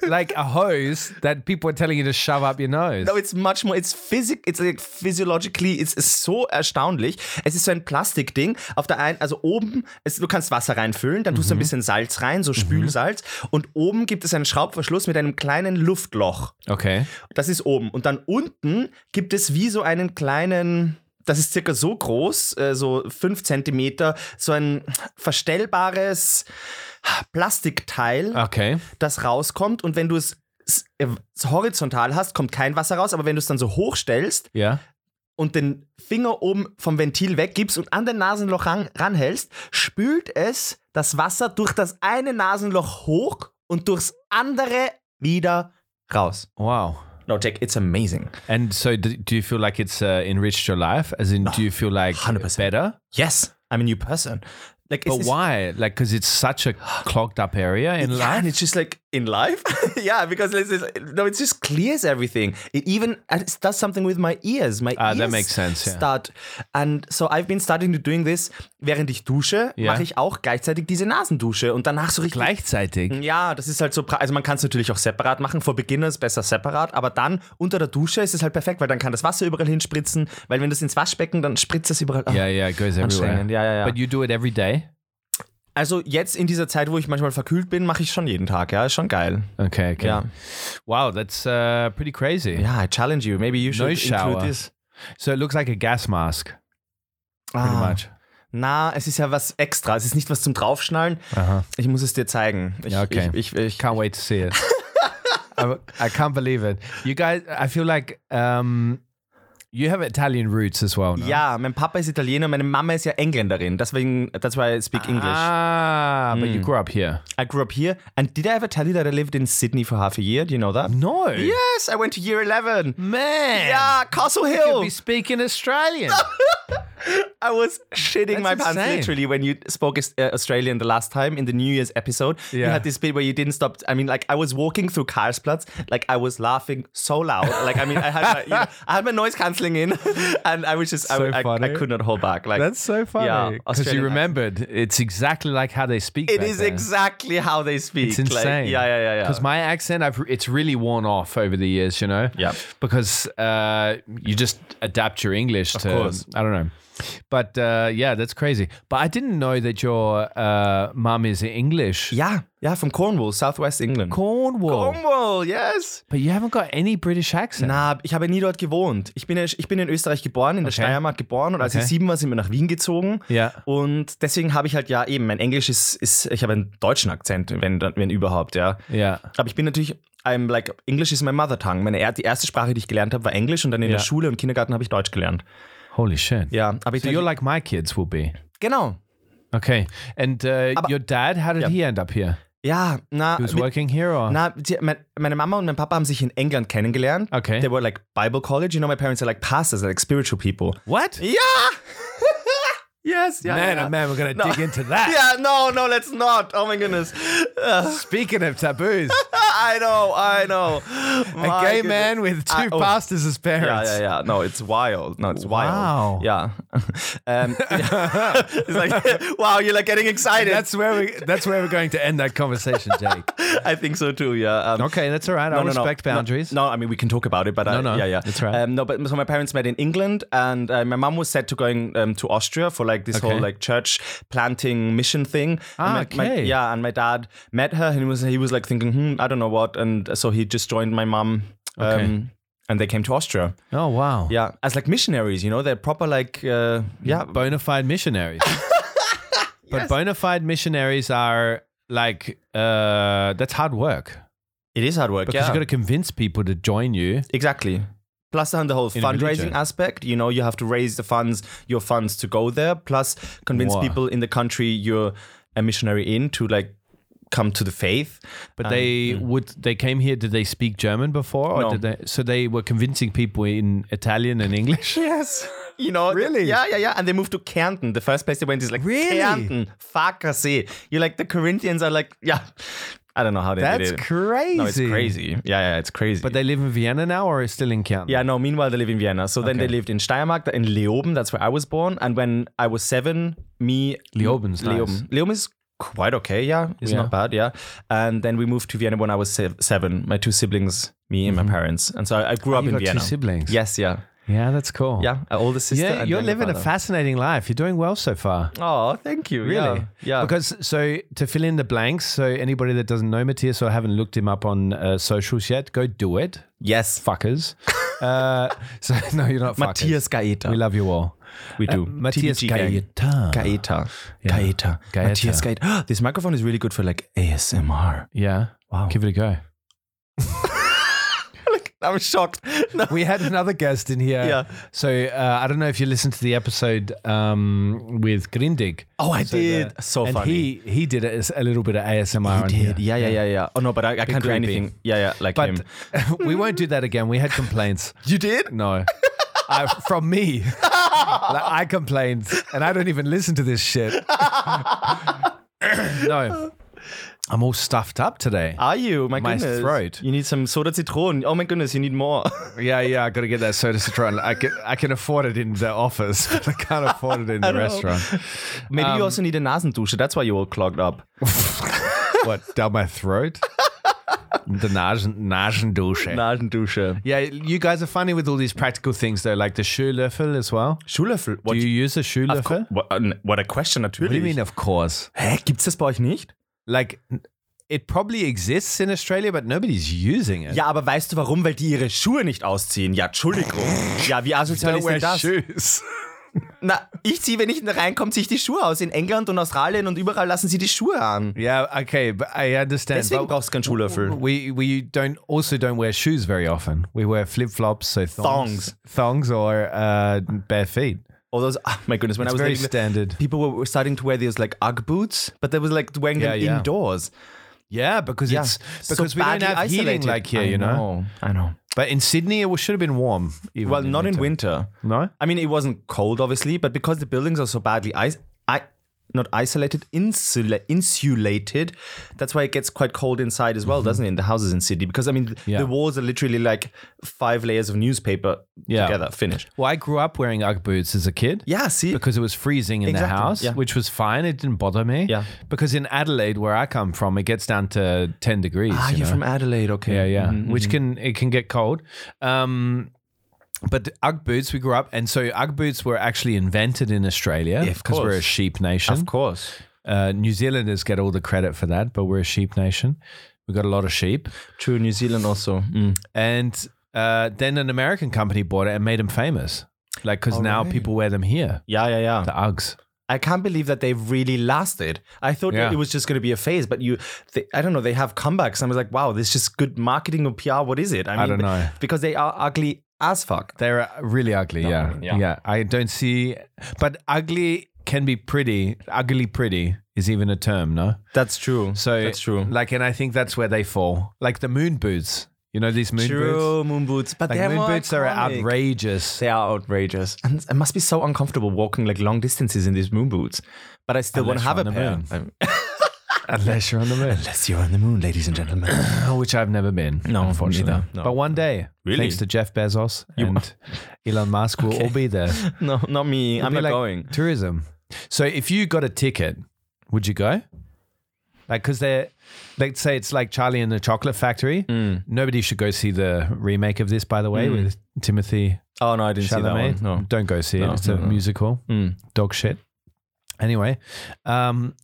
*laughs* like a hose that people are telling you to shove up your nose. No, it's much more, it's physic, it's like physiologically, it's so erstaunlich. Es ist so ein Plastikding. Auf der einen, also oben, es, du kannst Wasser reinfüllen, dann tust du ein bisschen Salz rein, so Spülsalz. Und oben gibt es einen Schraubverschluss mit einem kleinen Luftloch. okay. Das ist oben. Und dann unten gibt es wie so einen kleinen. Das ist circa so groß, äh, so 5 Zentimeter, so ein verstellbares Plastikteil, Okay. das rauskommt. Und wenn du es s- äh, horizontal hast, kommt kein Wasser raus. Aber wenn du es dann so hochstellst Yeah. und den Finger oben vom Ventil weggibst und an den Nasenloch ran, ranhältst, spült es das Wasser durch das eine Nasenloch hoch und durchs andere wieder raus. Wow. No, Jack, it's amazing. And so, do, do you feel like it's uh, enriched your life? As in, do you feel *sighs* like 100%. better? Yes, I'm a new person. Like, But it's, why? Like, because it's such a clogged up area in It's, yeah, life. and it's just like in life, *laughs* yeah, because it's, it's, no, it just clears everything. It even it does something with my ears. My Ah, ears that makes sense, yeah. Start and so I've been starting to doing this. Während ich dusche, Yeah. mache ich auch gleichzeitig diese Nasendusche und danach so richtig. Gleichzeitig. Ja, das ist halt so. pra- Also man kann es natürlich auch separat machen. Vor Beginners besser separat, aber dann unter der Dusche ist es halt perfekt, weil dann kann das Wasser überall hinspritzen. Weil wenn du es ins Waschbecken, dann spritzt es überall. Oh, Yeah, yeah, it goes everywhere. Anstrengend, ja, ja, ja. But you do it every day. Also jetzt in dieser Zeit, wo ich manchmal verkühlt bin, mache ich schon jeden Tag, ja, ist schon geil. Okay, okay. Ja. Wow, that's uh, pretty crazy. Yeah, I challenge you. Maybe you should No shower. include this. So it looks like a gas mask, pretty Ah, much. Na, es ist ja was extra. Es ist nicht was zum draufschnallen. Uh-huh. Ich muss es dir zeigen. Ich, Ja, okay. Ich, ich, ich, Can't wait to *laughs* see it. I, I can't believe it. You guys, I feel like um, you have Italian roots as well. No? ja, mein Papa ist Italiener, meine Mama ist ja Engländerin. Deswegen, that's why I speak English. Ah, but you grew up here. I grew up here. And did I ever tell you that I lived in Sydney for half a year? Do you know that? No. Yes, I went to year 11. Man. Yeah, Castle You'll Hill. be speaking *laughs* Australian. I was shitting my That's pants insane. literally when you spoke uh, Australian the last time in the New Year's episode. You Yeah. had this bit where you didn't stop. I mean, like I was walking through Karlsplatz, like I was laughing so loud. Like I mean, I had my, you know, I had my noise cancelling in, *laughs* and I was just I, So I, I, funny. could not hold back. Like so Yeah, Because you Australian remembered, it's exactly like how they speak. it back is then. exactly how they speak. It's insane. Like, yeah, yeah, yeah, yeah. Because my accent, I've it's really worn off over the years, you know. Yep. Because uh, you just adapt your English to. course. I don't know. But uh, yeah, that's crazy. But I didn't know that your uh, mum is English. Yeah, yeah, from Cornwall, Southwest England. Cornwall. Cornwall, yes. But you haven't got any British accent. Na, ich habe nie dort gewohnt. Ich bin, ja- ich bin in Österreich geboren, in der Okay. Steiermark geboren und als Okay. ich sieben war, sind wir nach Wien gezogen. Ja. Und deswegen habe ich halt ja eben, mein Englisch ist, ist ich habe einen deutschen Akzent, wenn, wenn überhaupt, ja. Yeah. Aber ich bin natürlich, I'm like, English is my mother tongue. Meine, er- die erste Sprache, die ich gelernt habe, war Englisch und dann in Ja. der Schule und Kindergarten habe ich Deutsch gelernt. Holy shit. Ja, aber ich So you're like my kids will be. genau. Okay. And uh, Aber- your dad, how did Ah, Yeah. he end up here? Ja, na, He was mit- working here or? na die, mein, meine Mama und mein Papa haben sich in England kennengelernt. Okay. They were like Bible college. You know, my parents are like pastors, like spiritual people. What? Ja! *laughs* yes, ja. man, ja. oh man, we're going to No. dig into *laughs* that. Yeah, no, no, let's not. Oh my goodness. *laughs* Speaking of taboos, I know, I know. a My gay goodness. man with two I- oh. pastors as Ja, parents. ja, ja. No, it's wild. No, it's Wow. wild. *laughs* Ja. *laughs* Ähm, *laughs* it's like, *laughs* wow, you're like getting excited. That's where we. That's where we're going to end *laughs* that conversation, Jake. I think so too, yeah. Um, okay, that's all right. I respect boundaries. No, no, I mean we can talk about it, but No, I, no, yeah, yeah, that's right. Um, no, but so my parents met in England, and uh, my mum was set to going um, to Austria for like this Okay. whole like church planting mission thing. Ah, and my, my- okay. yeah, and my dad met her, and he was he was like thinking, hmm, I don't know what, and so he just joined my mum. Um, Okay. And they came to Austria. Oh wow. Yeah, as like missionaries, you know, they're proper like, uh, yeah, Bona *laughs* fide missionaries. But bona fide missionaries are like uh, that's hard work it is hard work. because yeah. you've got to convince people to join you. Exactly. Plus, then the whole In fundraising religion. aspect, you know, you have to raise the funds, your funds to go there. Plus, convince Wow. people in the country you're a missionary in to like come to the faith. Uh, But they would they came here. Did they speak German before, or No. did they? So they were convincing people in Italian and *laughs* English. Yes. You know, Really? Yeah, yeah, yeah. And they moved to Kärnten. The first place they went is like Really? Kärnten, Farkasee. You're like, the Corinthians are like, yeah. I don't know how they That's did it. crazy. No, it's crazy. Yeah, yeah, it's crazy. But they live in Vienna now, or is still in Kärnten? Yeah, no, meanwhile, they live in Vienna. So then Okay. they lived in Steiermark, in Leoben. That's where I was born. And when I was seven, me. Leoben's nice. Leoben. Leoben is quite okay, yeah. It's Yeah. not bad, yeah. And then we moved to Vienna when I was se- seven. My two siblings, me and my parents. And so I, I grew up Mm-hmm. Oh, you in got Vienna. two siblings. Yes, yeah. yeah, that's cool. Yeah, an older sister. Yeah, and you're then living a brother. fascinating life. You're doing well so far. Oh, thank you. yeah, Really? Yeah. Because so to fill in the blanks, so anybody that doesn't know Matthias or haven't looked him up on uh, socials yet, go do it, yes. *laughs* fuckers. uh, so *laughs* no, you're not. Matthias fuckers. Gaeta. we love you all. Uh, We do. Matthias TBG gang. Gaeta. Gaeta. Yeah. Gaeta. Gaeta. Matthias Gaeta. *gasps* This microphone is really good for like ASMR. Yeah. Wow. Give it a go. *laughs* I'm shocked. No. We had another guest in here. Yeah. So uh, I don't know if you listened to the episode um, with Grindig. Oh, I So did. the- so and funny. he he did a, a little bit of ASMR. on He here. did. Yeah, yeah, yeah, yeah. Oh no, but I, I can't do creepy. anything. Yeah, yeah, like But him. *laughs* we won't do that again. We had *laughs* complaints. You did? No. I, from *laughs* me. Like, I complained and I don't even listen to this shit. *laughs* no. I'm all stuffed up today. Are you? My, My goodness. throat. You need some soda citron. Oh my goodness, you need more. *laughs* Yeah, yeah, I got to get that soda citron. I can, I can afford it in the office, *laughs* but *laughs* I can't afford it in the restaurant. Maybe you Um, also need a nasendusche. That's why you're all clogged up. What, down my throat? the Nasen, Nasendusche. Nasendusche. Yeah, you guys are funny with all these practical things, though, like the Schuhlöffel as well. Schuhlöffel. What, Do you use a Schuhlöffel? what, uh, what a question, natürlich. What do you mean, of course? Hä, gibt's das bei euch nicht? like it probably exists in Australia, but nobody's using it. Ja, aber weißt du warum? Weil die ihre Schuhe nicht ausziehen. Ja, Entschuldigung. Ja, wie *laughs* asozial don't ist denn wear das? *laughs* shoes. Na, ich ziehe, wenn ich reinkomme, ziehe ich die Schuhe aus. In England und Australien und überall lassen sie die Schuhe an. Yeah, okay, but I understand. Deswegen but brauchst du keinen Schuhlöffel. we we don't also don't wear shoes very often. We wear flip flops, so thongs, thongs or uh, bare feet. Oh, those, oh my goodness, when I It's was very living- standard. people were- were starting to wear these like UGG boots, but they was like wearing Yeah, them yeah. indoors. Yeah, because Yeah, it's So because we don't badly have heating isolated. like here, I you know? I know. But in Sydney, it should have been warm. Even Well, not in winter. No. I mean, it wasn't cold, obviously, but because the buildings are so badly is- I not isolated, insula- insulated, that's why it gets quite cold inside as well, doesn't it? In the houses in Sydney, because I mean, th- Mm-hmm. Yeah. the walls are literally like five layers of newspaper Yeah. together, finished. Well, I grew up wearing UGG boots as a kid. Yeah, see, because it was freezing in the Exactly, house, yeah. which was fine. It didn't bother me. Yeah. Because in Adelaide, where I come from, it gets down to ten degrees. ah, you you're Mm-hmm, from know? Adelaide, okay? yeah, yeah. Which can it can get cold. Um, But Ugg boots, we grew up, and so Ugg boots were actually invented in Australia Yeah, of because we're a course. sheep nation. Of course. Uh, New Zealanders get all the credit for that, but we're a sheep nation. We got a lot of sheep, True, New Zealand also. Mm. and uh, then an American company bought it and made them famous. Like because All now right. people wear them here, Yeah, yeah, yeah. the Uggs. I can't believe that they really lasted. I thought Yeah. it was just going to be a phase, but you, they, I don't know, they have comebacks. I was like, wow, this is just good marketing or PR. What is it? I don't know. Because they are ugly as fuck. They're uh, really ugly. yeah. yeah, yeah. I don't see, but ugly can be pretty. Ugly pretty is even a term, no? That's true. So that's true. Like, and I think that's where they fall. Like the moon boots. You know these moon boots. true, moon boots. But Like they're moon more boots are iconic. outrageous. They are outrageous. And it must be so uncomfortable walking like long distances in these moon boots. But I still want Unless to have a you're pair. on *laughs* Unless you're on the *laughs* moon, Unless you're on the moon, ladies and gentlemen. which I've never been. No, unfortunately. neither. No. But one day, Really? thanks to Jeff Bezos *laughs* and Elon Musk, we'll all be there. *laughs* no, not me. I'm Be not like going. Tourism. So if you got a ticket, would you go? Like, because they're, let's say it's like Charlie and the Chocolate Factory. Mm. Nobody should go see the remake of this, by the way, with Timothy Oh, no, I Mm. didn't Chalamet. see that one. No. Don't go see No, it. It's no, a no. musical. Mm. Dog shit. Anyway, um,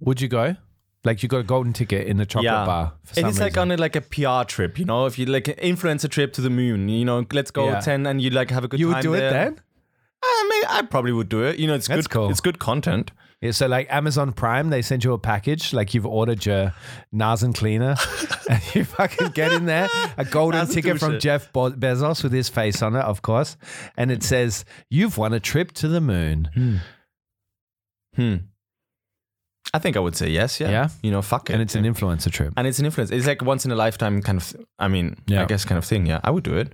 would you go? Like you got a golden ticket in the chocolate Yeah. bar. For It some is like reason. on a, like a PR trip, you know, if you like an influencer trip to the moon, you know, let's go Yeah. 10 and you like have a good you time. would do it there. then. I mean, I probably would do it. You know, it's That's good. cool. It's good content. Yeah, so like Amazon Prime, they send you a package. Like you've ordered your Nasen cleaner, *laughs* and you fucking get in there a golden Nasen ticket from Dusche. Jeff Bo- Bezos with his face on it, of course, and it says you've won a trip to the moon. Hmm. I think I would say yes. Yeah. Yeah? You know, fuck it. And it's an influencer trip. and it's an influence. It's like once in a lifetime kind of. I mean, Yeah. I guess kind of thing. Yeah, I would do it.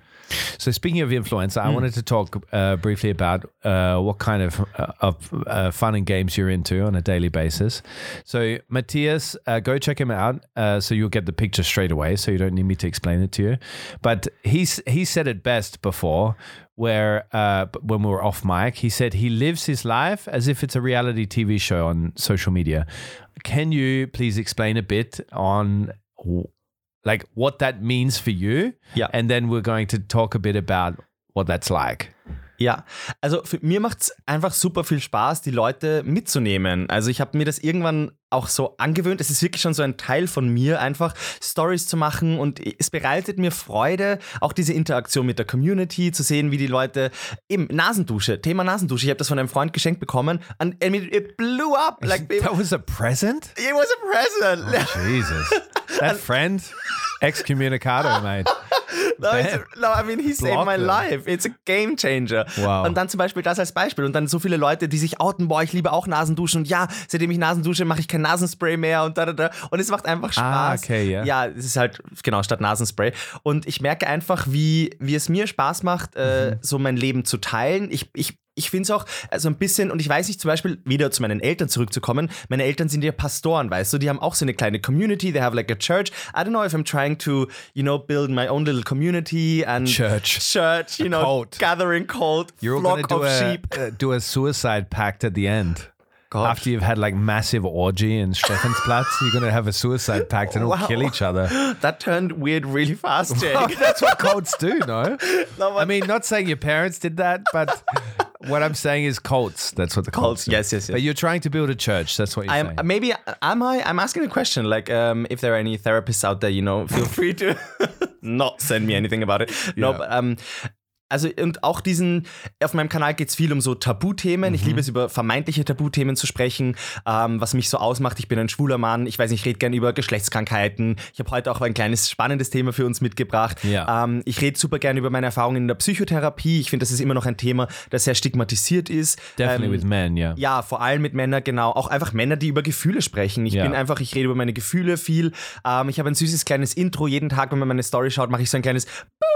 So speaking of influencer, I wanted to talk uh, briefly about uh, what kind of, uh, of uh, fun and games you're into on a daily basis. So Matthias, uh, go check him out. Uh, so you'll get the picture straight away. So you don't need me to explain it to you. But he's he said it best before, where uh, b- when we were off mic, he said he lives his life as if it's a reality TV show on social media. Can you please explain a bit on? w- Like what that means for you, Ja. and then we're going to talk a bit about what that's like. Ja, also für, mir macht es einfach super viel Spaß, die Leute mitzunehmen. Also ich habe mir das irgendwann auch so angewöhnt. Es ist wirklich schon so ein Teil von mir, einfach Stories zu machen und es bereitet mir Freude, auch diese Interaktion mit der Community zu sehen, wie die Leute eben Nasendusche, Thema Nasendusche. Ich habe das von einem Freund geschenkt bekommen and, and it, it blew up. Like it, *laughs* that was *laughs* a present? it was a present. Jesus. That friend, *laughs* excommunicado, mate. No, it's, no, I mean, he saved Block my them. life. It's a game changer. Wow. Und dann zum Beispiel das als Beispiel. Und dann so viele Leute, die sich outen, boah, ich liebe auch Nasenduschen. Und ja, seitdem ich Nasen dusche, mache ich kein Nasenspray mehr und da, da, da. Und es macht einfach Ah, Spaß. okay, ja. Ja, es ist halt, genau, statt Nasenspray. Und ich merke einfach, wie, wie es mir Spaß macht, Mhm. äh, so mein Leben zu teilen. Ich, ich ich finde es auch äh, so ein bisschen, und ich weiß nicht, zum Beispiel wieder zu meinen Eltern zurückzukommen. Meine Eltern sind ja Pastoren, weißt du, die haben auch so eine kleine Community, they have like a church. I don't know if I'm trying to, you know, build my own little community and Church. church, you know, cult. gathering cult, You're all going flock to do of a, sheep. Oh, uh, do a suicide pact at the end. Gosh. After you've had like massive orgy in Stephansplatz, you're going to have a suicide pact and all Wow. kill each other. *laughs* That turned weird really *laughs* fast, Oh, Jake. that's what cults do, no? No, I mean, not saying your parents did that, but what I'm saying is cults. That's what the Cults, cults, do. yes, yes, yes. But you're trying to build a church. That's what you're I'm, saying. maybe am I? I'm asking a question. Like, um, if there are any therapists out there, you know, *laughs* feel free to not send me anything about it. No, Yeah. but, um, also und auch diesen. Auf meinem Kanal geht es viel um so Tabuthemen. Ich Mhm. liebe es über vermeintliche Tabuthemen zu sprechen. Ähm, was mich so ausmacht. Ich bin ein schwuler Mann. Ich weiß nicht, ich rede gern über Geschlechtskrankheiten. Ich habe heute auch ein kleines spannendes Thema für uns mitgebracht. Ja. Ähm, ich rede super gern über meine Erfahrungen in der Psychotherapie. Ich finde, das ist immer noch ein Thema, das sehr stigmatisiert ist. Definitely Ähm, with men, yeah. ja, vor allem mit Männern, genau. Auch einfach Männer, die über Gefühle sprechen. Ich Ja. bin einfach, ich rede über meine Gefühle viel. Ähm, ich habe ein süßes kleines Intro. Jeden Tag, wenn man meine Story schaut, mache ich so ein kleines Boo!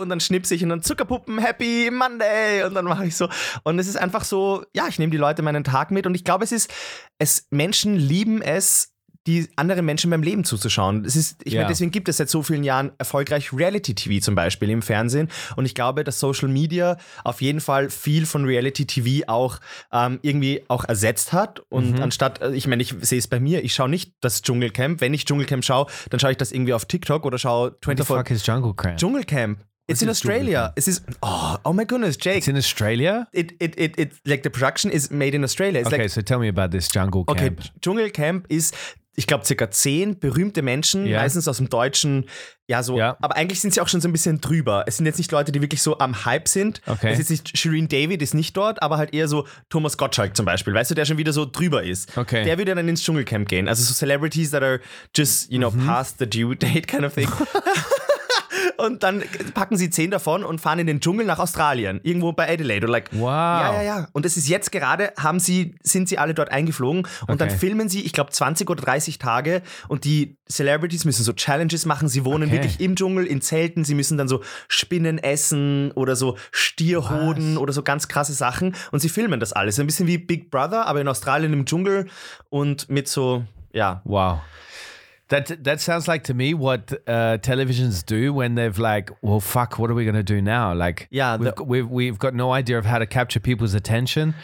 und dann schnipse ich und dann Zuckerpuppen, Happy Monday und dann mache ich so. Und es ist einfach so, ja, ich nehme die Leute meinen Tag mit und ich glaube, es ist, es, Menschen lieben es, die anderen Menschen beim Leben zuzuschauen. Es ist, ich Ja. meine, deswegen gibt es seit so vielen Jahren erfolgreich Reality-TV zum Beispiel im Fernsehen. Und ich glaube, dass Social Media auf jeden Fall viel von Reality-TV auch ähm, irgendwie auch ersetzt hat. Und Mhm. anstatt, äh, ich meine, ich sehe es bei mir, ich schaue nicht das Dschungelcamp. Wenn ich Dschungelcamp schaue, dann schaue ich das irgendwie auf TikTok oder schaue What the 24 fuck is Jungle Cramp? Dschungelcamp. It's in Australia. It's is oh, oh my goodness, Jake. It's in Australia? it, it, it, it like the production is made in Australia. It's Okay, like so tell me about this jungle okay, camp. Dschungelcamp ist ich glaube, circa zehn berühmte Menschen, Ja. meistens aus dem Deutschen, ja so, Ja. aber eigentlich sind sie auch schon so ein bisschen drüber. Es sind jetzt nicht Leute, die wirklich so am Hype sind. Okay. Es ist nicht, Shireen David ist nicht dort, aber halt eher so Thomas Gottschalk zum Beispiel, weißt du, der schon wieder so drüber ist. Okay. Der würde dann ins Dschungelcamp gehen. Also so Celebrities that are just, you know, Mhm. past the due date kind *laughs* of thing. Und dann packen sie zehn davon und fahren in den Dschungel nach Australien, irgendwo bei Adelaide. Oder like, Wow. Ja, ja, ja. Und es ist jetzt gerade, haben sie, sind sie alle dort eingeflogen und dann Okay. filmen sie, ich glaube, 20 oder 30 Tage und die Celebrities müssen so Challenges machen. Sie wohnen Okay. wirklich im Dschungel, in Zelten. Sie müssen dann so Spinnen essen oder so Stierhoden oder so ganz krasse Sachen und sie filmen das alles. Ein bisschen wie Big Brother, aber in Australien im Dschungel und mit so, ja. Wow. That that sounds like to me what uh, televisions do when they've like, well, fuck, what are we gonna do now? Like, Yeah, we've, the- we've we've got no idea of how to capture people's attention.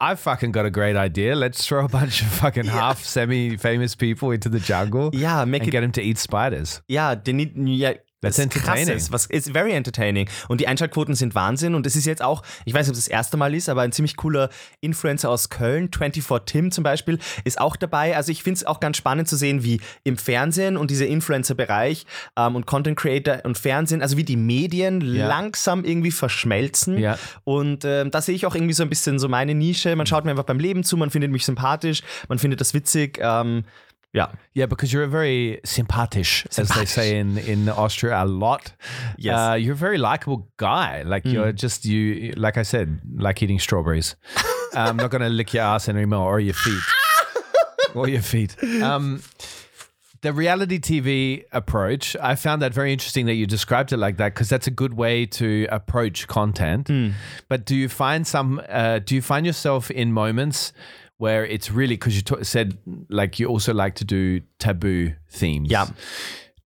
I've fucking got a great idea. Let's throw a bunch of *laughs* fucking half semi-famous people into the jungle. Yeah, make and it- get them to eat spiders. Ja, die, nie- ja That's das entertaining. Krasse ist, was ist very entertaining. Und die Einschaltquoten sind Wahnsinn. Und es ist jetzt auch, ich weiß nicht, ob es das erste Mal ist, aber ein ziemlich cooler Influencer aus Köln, 24 Tim zum Beispiel, ist auch dabei. Also ich finde es auch ganz spannend zu sehen, wie im Fernsehen und dieser Influencer-Bereich ähm, und Content Creator und Fernsehen, also wie die Medien Ja. langsam irgendwie verschmelzen. Ja. Und ähm, da sehe ich auch irgendwie so ein bisschen so meine Nische. Man schaut mir einfach beim Leben zu, man findet mich sympathisch, man findet das witzig. Ähm, ja. Yeah, because you're a very sympathish, as they say in, in Austria a lot. Yes. Uh, you're a very likable guy. Like you're just you like I said, like eating strawberries. I'm not gonna lick your ass anymore or your feet. or your feet. Um the reality TV approach, I found that very interesting that you described it like that because that's a good way to approach content. But do you find some? Uh, do you find yourself in moments where it's really because you t- said like you also like to do taboo themes? Ja.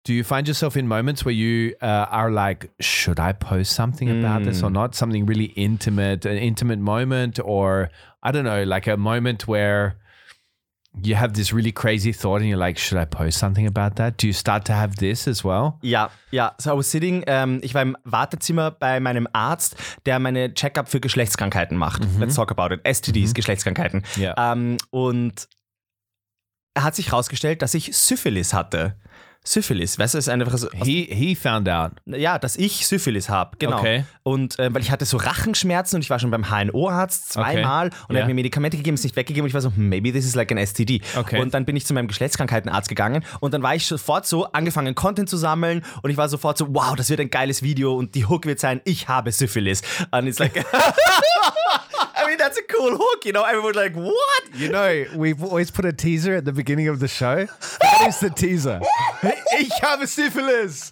Do you find yourself in moments where you uh, are like, should I post something about this or not? Something really intimate, an intimate moment, or I don't know, like a moment where you have this really crazy thought and you're like, should I post something about that? Do you start to have this as well? Ja, ja. So I was sitting, ähm, ich war im Wartezimmer bei meinem Arzt, der meine Check-up für Geschlechtskrankheiten macht. Let's talk about it. STDs, Geschlechtskrankheiten. Ja. Ähm, und er hat sich herausgestellt, dass ich Syphilis hatte. Syphilis, weißt du, ist einfach so, aus He he found out. ja, dass ich Syphilis habe, genau. Okay. Und äh, weil ich hatte so Rachenschmerzen und ich war schon beim HNO-Arzt zweimal und Ja. er hat mir Medikamente gegeben, ist nicht weggegeben und ich war so, hm, maybe this is like an STD. Okay. Und dann bin ich zu meinem Geschlechtskrankheitenarzt gegangen und dann war ich sofort so, angefangen Content zu sammeln und ich war sofort so, wow, das wird ein geiles Video und die Hook wird sein, ich habe Syphilis. Und it's like, *laughs* I mean, that's a cool hook, you know, everyone like, what? You know, we've always put a teaser at the beginning of the show. That is the teaser. *laughs* ich habe syphilis.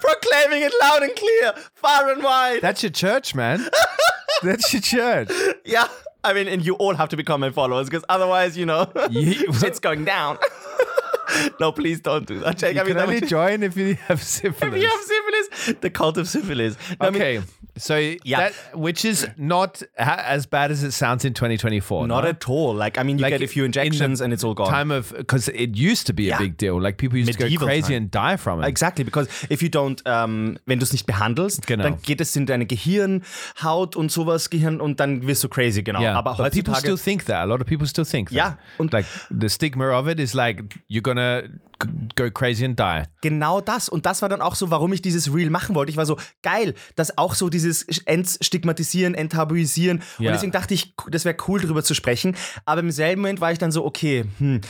Proclaiming it loud and clear, far and wide. That's your church, man. *laughs* That's your church. Yeah, I mean, and you all have to become my followers because otherwise, you know, *laughs* *laughs* Ye- it's going *laughs* down. no, please don't do that, Jake. You I mean, can that only would- join if you have *laughs* syphilis. *laughs* you have syphilis. The cult of syphilis. No, I mean, okay, so Yeah. that which is not ha- as bad as it sounds in 2024. not no? at all. Like, I mean, you Uh-huh. Like, get a few in the injections and it's all gone. time of because it used to be a Yeah. big deal. Like people used to go Medieval crazy time. and die from it. Exactly, because if you don't, ähm, wenn du es nicht behandelst, Genau. dann geht es in deine Gehirn, Haut und sowas, Gehirn und dann wirst du crazy, genau. Yeah, Aber but people heutzutage still think that. A lot of people still think that. Yeah, and- like the stigma of it is like you're gonna g- go crazy and die. Genau das. Und das war dann auch so, warum ich dieses Reel machen wollte. Ich war so, geil, dass auch so dieses Entstigmatisieren, Enttabuisieren. Ja. Und deswegen dachte ich, das wäre cool, drüber zu sprechen. Aber im selben Moment war ich dann so, okay, hm.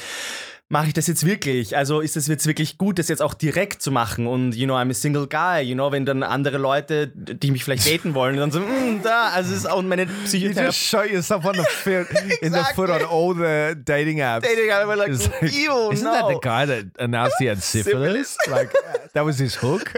Mache ich das jetzt wirklich? Also ist es jetzt wirklich gut, das jetzt auch direkt zu machen? Und, you know, I'm a single guy, you know, wenn dann andere Leute, die mich vielleicht daten wollen, dann so, mm, da, also es ist auch meine Psychotherapie. shot yourself on the foot, *laughs* in the foot on all the dating apps. Dating, I'm like, It's *laughs* like, ew, isn't no. that the guy that announced he *laughs* had syphilis? like that was his hook.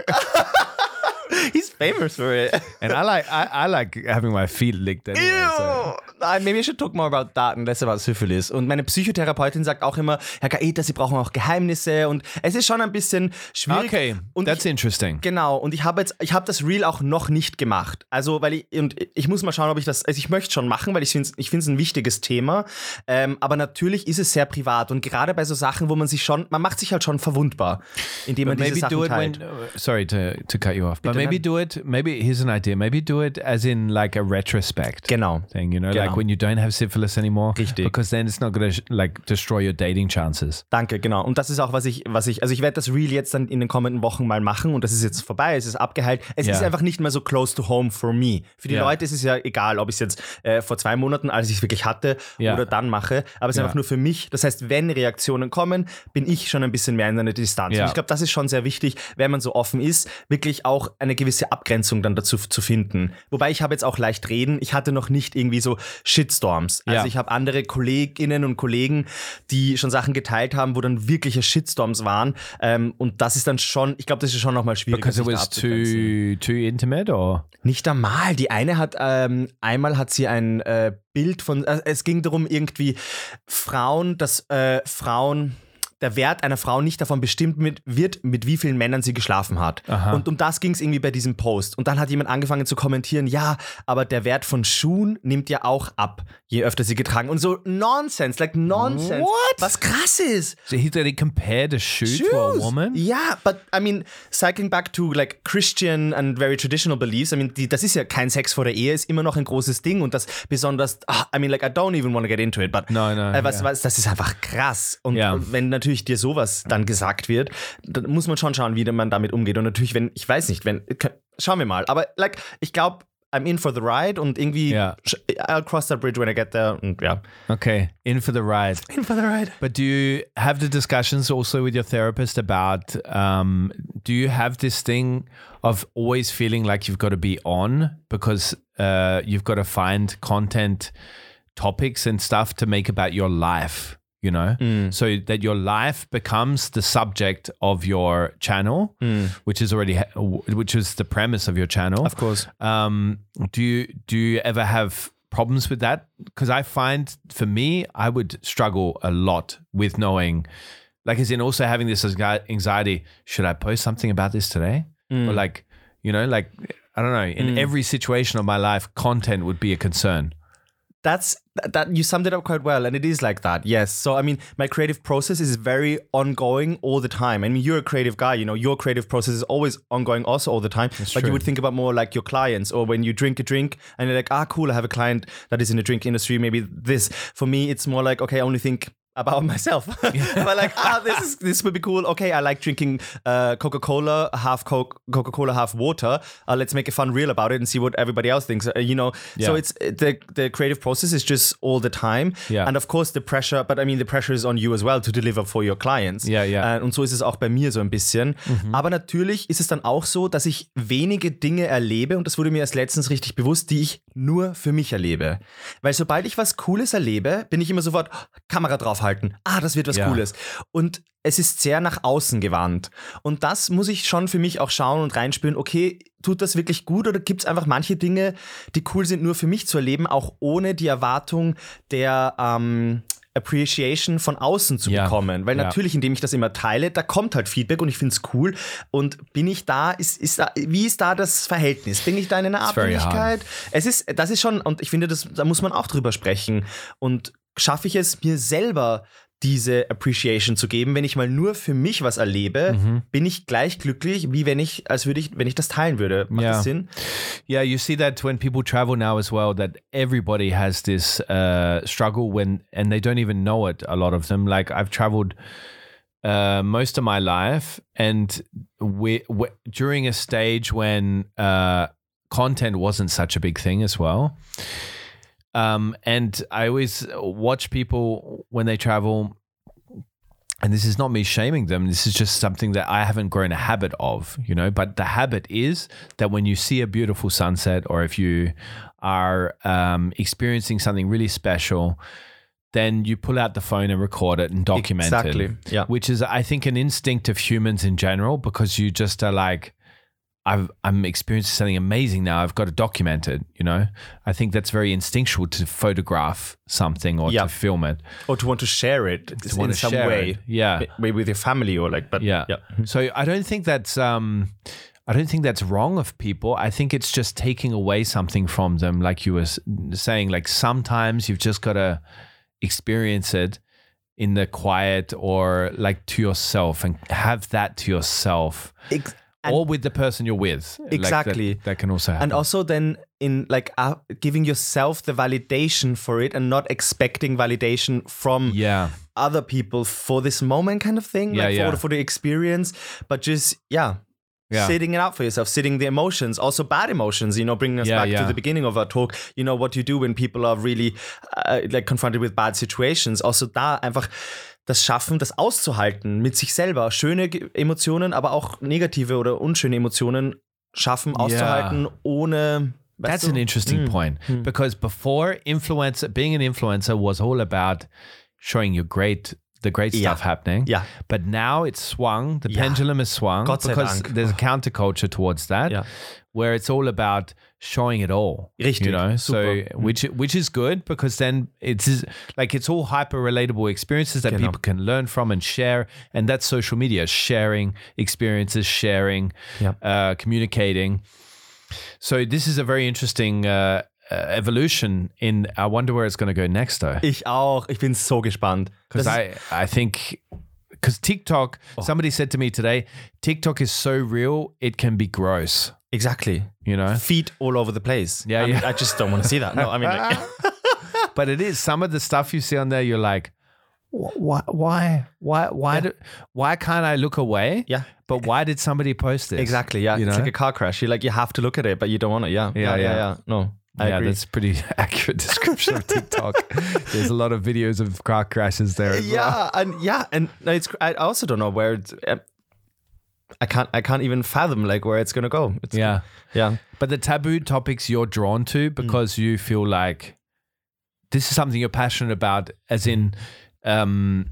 He's famous for it. And I like I, I like having my feet licked anyway. so- Uh, Maybe I should talk more about that and less about Syphilis. Und meine Psychotherapeutin sagt auch immer, Herr Gaeta, Sie brauchen auch Geheimnisse und es ist schon ein bisschen schwierig. Okay, und that's ich, interesting. Genau, und ich habe jetzt, ich habe das Reel auch noch nicht gemacht. Also, weil ich, und ich muss mal schauen, ob ich das, also ich möchte schon machen, weil ich finde es ich find's ein wichtiges Thema. Ähm, aber natürlich ist es sehr privat und gerade bei so Sachen, wo man sich schon, man macht sich halt schon verwundbar, indem man diese Maybe Sachen do it teilt. when. Sorry to to cut you off, but Bitte, maybe maybe do it. Maybe here's an idea. Maybe do it as in like a retrospect Genau. thing. You know, Genau. like when you don't have syphilis anymore, Richtig. because then it's not gonna sh- like destroy your dating chances. Danke, genau. Und das ist auch, was ich, was ich, also ich werde das Reel jetzt dann in den kommenden Wochen mal machen und das ist jetzt vorbei, es ist abgeheilt. Es Ja. ist einfach nicht mehr so close to home for me. Für die Ja. Leute ist es ja egal, ob ich es jetzt äh, vor zwei Monaten, als ich es wirklich hatte, Ja. oder dann mache, aber es ist Ja. einfach nur für mich. Das heißt, wenn Reaktionen kommen, bin ich schon ein bisschen mehr in einer Distanz. Ja. Und ich glaube, das ist schon sehr wichtig, wenn man so offen ist, wirklich auch eine gewisse Abgrenzung dann dazu zu finden. Wobei ich habe jetzt auch leicht reden, ich hatte noch nicht irgendwie so Shitstorms. Also Ja. ich habe andere Kolleginnen und Kollegen, die schon Sachen geteilt haben, wo dann wirkliche Shitstorms waren. Ähm, und das ist dann schon, ich glaube, das ist schon nochmal schwierig. Because it was too too intimate, or Nicht einmal. Die eine hat, ähm, einmal hat sie ein äh, Bild von, äh, es ging darum irgendwie Frauen, dass äh, Frauen, der Wert einer Frau nicht davon bestimmt mit, wird, mit wie vielen Männern sie geschlafen hat. Aha. Und um das ging es irgendwie bei diesem Post. Und dann hat jemand angefangen zu kommentieren, ja, aber der Wert von Schuhen nimmt ja auch ab, je öfter sie getragen. Und so Nonsense, like Nonsense. What? Was krass ist. so he did he compare the shoe to a Shoes. woman? Yeah, but I mean, cycling back to like Christian and very traditional beliefs, I mean, die, das ist ja kein Sex vor der Ehe, ist immer noch ein großes Ding und das besonders, ah, I mean, like, I don't even want to get into it, but Nein, nein, äh, was, ja. was, das ist einfach krass. Und, Ja. und wenn natürlich dir sowas dann gesagt wird, dann muss man schon schauen, wie man damit umgeht. Und natürlich, wenn, ich weiß nicht, wenn, schauen wir mal, aber like, ich glaube, I'm in for the ride und irgendwie, Ja. sch- I'll cross that bridge when I get there und ja. Okay, in for the ride. In for the ride. But do you have the discussions also with your therapist about um, do you have this thing of always feeling like you've got to be on because uh, you've got to find content topics and stuff to make about your life, you know? So that your life becomes the subject of your channel, which is already ha- which is the premise of your channel. Of course. Um, do you do you ever have problems with that? Because I find for me, I would struggle a lot with knowing, like, as in also having this anxi- anxiety: should I post something about this today? Or like, you know, like I don't know. In every situation of my life, content would be a concern. that's that you summed it up quite well and it is like that yes so i mean my creative process is very ongoing all the time i mean you're a creative guy you know your creative process is always ongoing also all the time but true. you would think about more like your clients or when you drink a drink and you're like ah cool i have a client that is in the drink industry maybe this for me it's more like okay i only think about *laughs* *laughs* myself but like ah this is this would be cool okay i like drinking uh, coca-cola half coke coca-cola half water uh, let's make a fun reel about it and see what everybody else thinks uh, you know so Yeah. it's the the creative process is just all the time Yeah. and of course the pressure but i mean the pressure is on you as well to deliver for your clients Yeah, yeah. Äh, und so ist es auch bei mir so ein bisschen Mhm. aber natürlich ist es dann auch so dass ich wenige Dinge erlebe und das wurde mir erst letztens richtig bewusst die ich nur für mich erlebe weil sobald ich was cooles erlebe bin ich immer sofort Kamera draufhalten ah das wird was Ja. cooles und es ist sehr nach außen gewandt. Und das muss ich schon für mich auch schauen und reinspüren, okay, tut das wirklich gut oder gibt es einfach manche Dinge, die cool sind, nur für mich zu erleben, auch ohne die Erwartung der ähm, Appreciation von außen zu Ja. bekommen. Weil Ja. natürlich, indem ich das immer teile, da kommt halt Feedback und ich finde es cool. Und bin ich da, ist, ist da, wie ist da das Verhältnis? Bin ich da in einer very hard. Abhängigkeit? Es ist, das ist schon, und ich finde, das, da muss man auch drüber sprechen. Und schaffe ich es, mir selber diese Appreciation zu geben, wenn ich mal nur für mich was erlebe, Mhm. bin ich gleich glücklich, wie wenn ich, als würde ich, wenn ich das teilen würde. Macht Ja. das Sinn? Yeah, you see that when people travel now as well, that everybody has this uh, struggle when, and they don't even know it. A lot of them, like I've traveled uh, most of my life, and we, we during a stage when uh, content wasn't such a big thing as well. Um, and I always watch people when they travel. And this is not me shaming them. This is just something that I haven't grown a habit of, you know. But the habit is that when you see a beautiful sunset or if you are um, experiencing something really special, then you pull out the phone and record it and document it Exactly. Ja. which is I think an instinct of humans in general because you just are like, I've, I'm experiencing something amazing now. I've got to document it. You know, I think that's very instinctual to photograph something or Yeah. to film it. Or to want to share it in wanna some share way. it. Yeah. Maybe with your family or like, but Yeah. Mm-hmm. So I don't think that's um I don't think that's wrong of people. I think it's just taking away something from them like you were s- saying like sometimes you've just got to experience it in the quiet or like to yourself and have that to yourself. Ex- or with the person you're with. Like, that- Exactly. that, can also happen. and also then in like uh, giving yourself the validation for it and not expecting validation from yeah. other people for this moment kind of thing Yeah, like yeah. For, for the experience but just yeah Yeah. Sitting it out for yourself, sitting the emotions, also bad emotions, you know, bringing us Yeah, back yeah. to the beginning of our talk, you know, what you do when people are really äh, like confronted with bad situations. Also da einfach das Schaffen, das auszuhalten mit sich selber. Schöne Ge- Emotionen, aber auch negative oder unschöne Emotionen schaffen, auszuhalten, ohne. weißt That's du? an interesting point because before influencer, being an influencer was all about showing you great, the great Yeah. stuff happening. Yeah. But now it's swung. The Yeah. pendulum is swung Gott sei because Dank. there's a counterculture towards that, Yeah. where it's all about showing it all. Richtig. You know, Super. Mm. so which which is good because then it's is- like it's all hyper relatable experiences that Genau. people can learn from and share, and that's social media sharing experiences, sharing, Yeah. uh, communicating. So this is a very interesting uh, uh, evolution. In I wonder where it's going to go next, though, Ich auch. Ich bin so gespannt. because Das ist- I I think because TikTok. Oh. Somebody said to me today, TikTok is so real it can be gross. exactly. *laughs* You know, Feet all over the place. Yeah, I mean, yeah. I just don't want to see that. No, I mean, *laughs* like, but it is some of the stuff you see on there. You're like, "Wh- why, why, why, why, do, why can't I look away? Yeah. But why did somebody post this? Exactly. Yeah. You It's know? like a car crash. You like you have to look at it, but you don't want to. Yeah. Yeah, yeah. No. I yeah, agree. that's pretty *laughs* accurate description *laughs* of TikTok. There's a lot of videos of car crashes there. As well. yeah, and yeah, and it's. I also don't know where. It's, uh, I can't. I can't even fathom like where it's gonna go. It's, yeah. Yeah. But the taboo topics you're drawn Mm. to because you feel like this is something you're passionate about, as in um,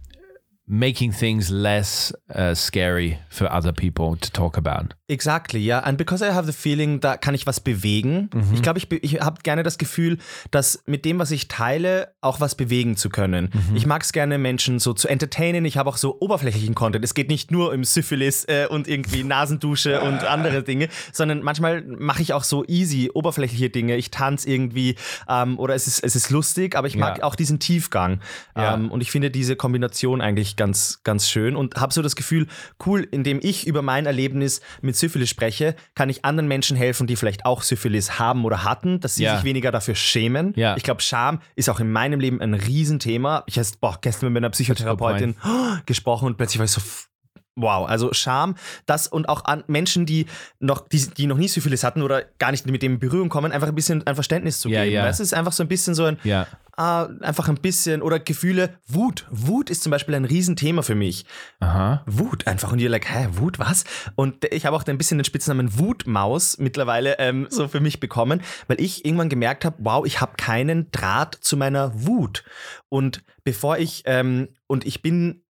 making things less uh, scary for other people to talk about. Exactly, ja. And because I have the feeling, da kann ich was bewegen. Ich glaube, ich, be- ich habe gerne das Gefühl, dass mit dem, was ich teile, auch was bewegen zu können. Ich mag es gerne, Menschen so zu entertainen. Ich habe auch so oberflächlichen Content. Es geht nicht nur um Syphilis äh, und irgendwie Nasendusche und andere Dinge, sondern manchmal mache ich auch so easy, oberflächliche Dinge. Ich tanze irgendwie ähm, oder es ist, es ist lustig, aber ich mag Ja. auch diesen Tiefgang. Ja. Ähm, und ich finde diese Kombination eigentlich ganz, ganz schön und habe so das Gefühl, cool, indem ich über mein Erlebnis mit Syphilis spreche, kann ich anderen Menschen helfen, die vielleicht auch Syphilis haben oder hatten, dass sie Ja. sich weniger dafür schämen. Ja. Ich glaube, Scham ist auch in meinem Leben ein Riesenthema. Ich habe boah, gestern mit einer Psychotherapeutin oh, gesprochen und plötzlich war ich so, f- wow, also Scham, das und auch an Menschen, die noch, die, die noch nie Syphilis hatten oder gar nicht mit dem in Berührung kommen, einfach ein bisschen ein Verständnis zu Ja, geben. ja. Das ist einfach so ein bisschen so ein, Yeah. Ah, einfach ein bisschen oder Gefühle. Wut. Wut ist zum Beispiel ein Riesenthema für mich. Uh huh. Wut einfach. Und you're like, hä, Wut, was? Und ich habe auch ein bisschen den Spitznamen Wutmaus mittlerweile ähm, so für mich bekommen, weil ich irgendwann gemerkt habe, wow, ich habe keinen Draht zu meiner Wut. Und bevor ich, ähm, und ich bin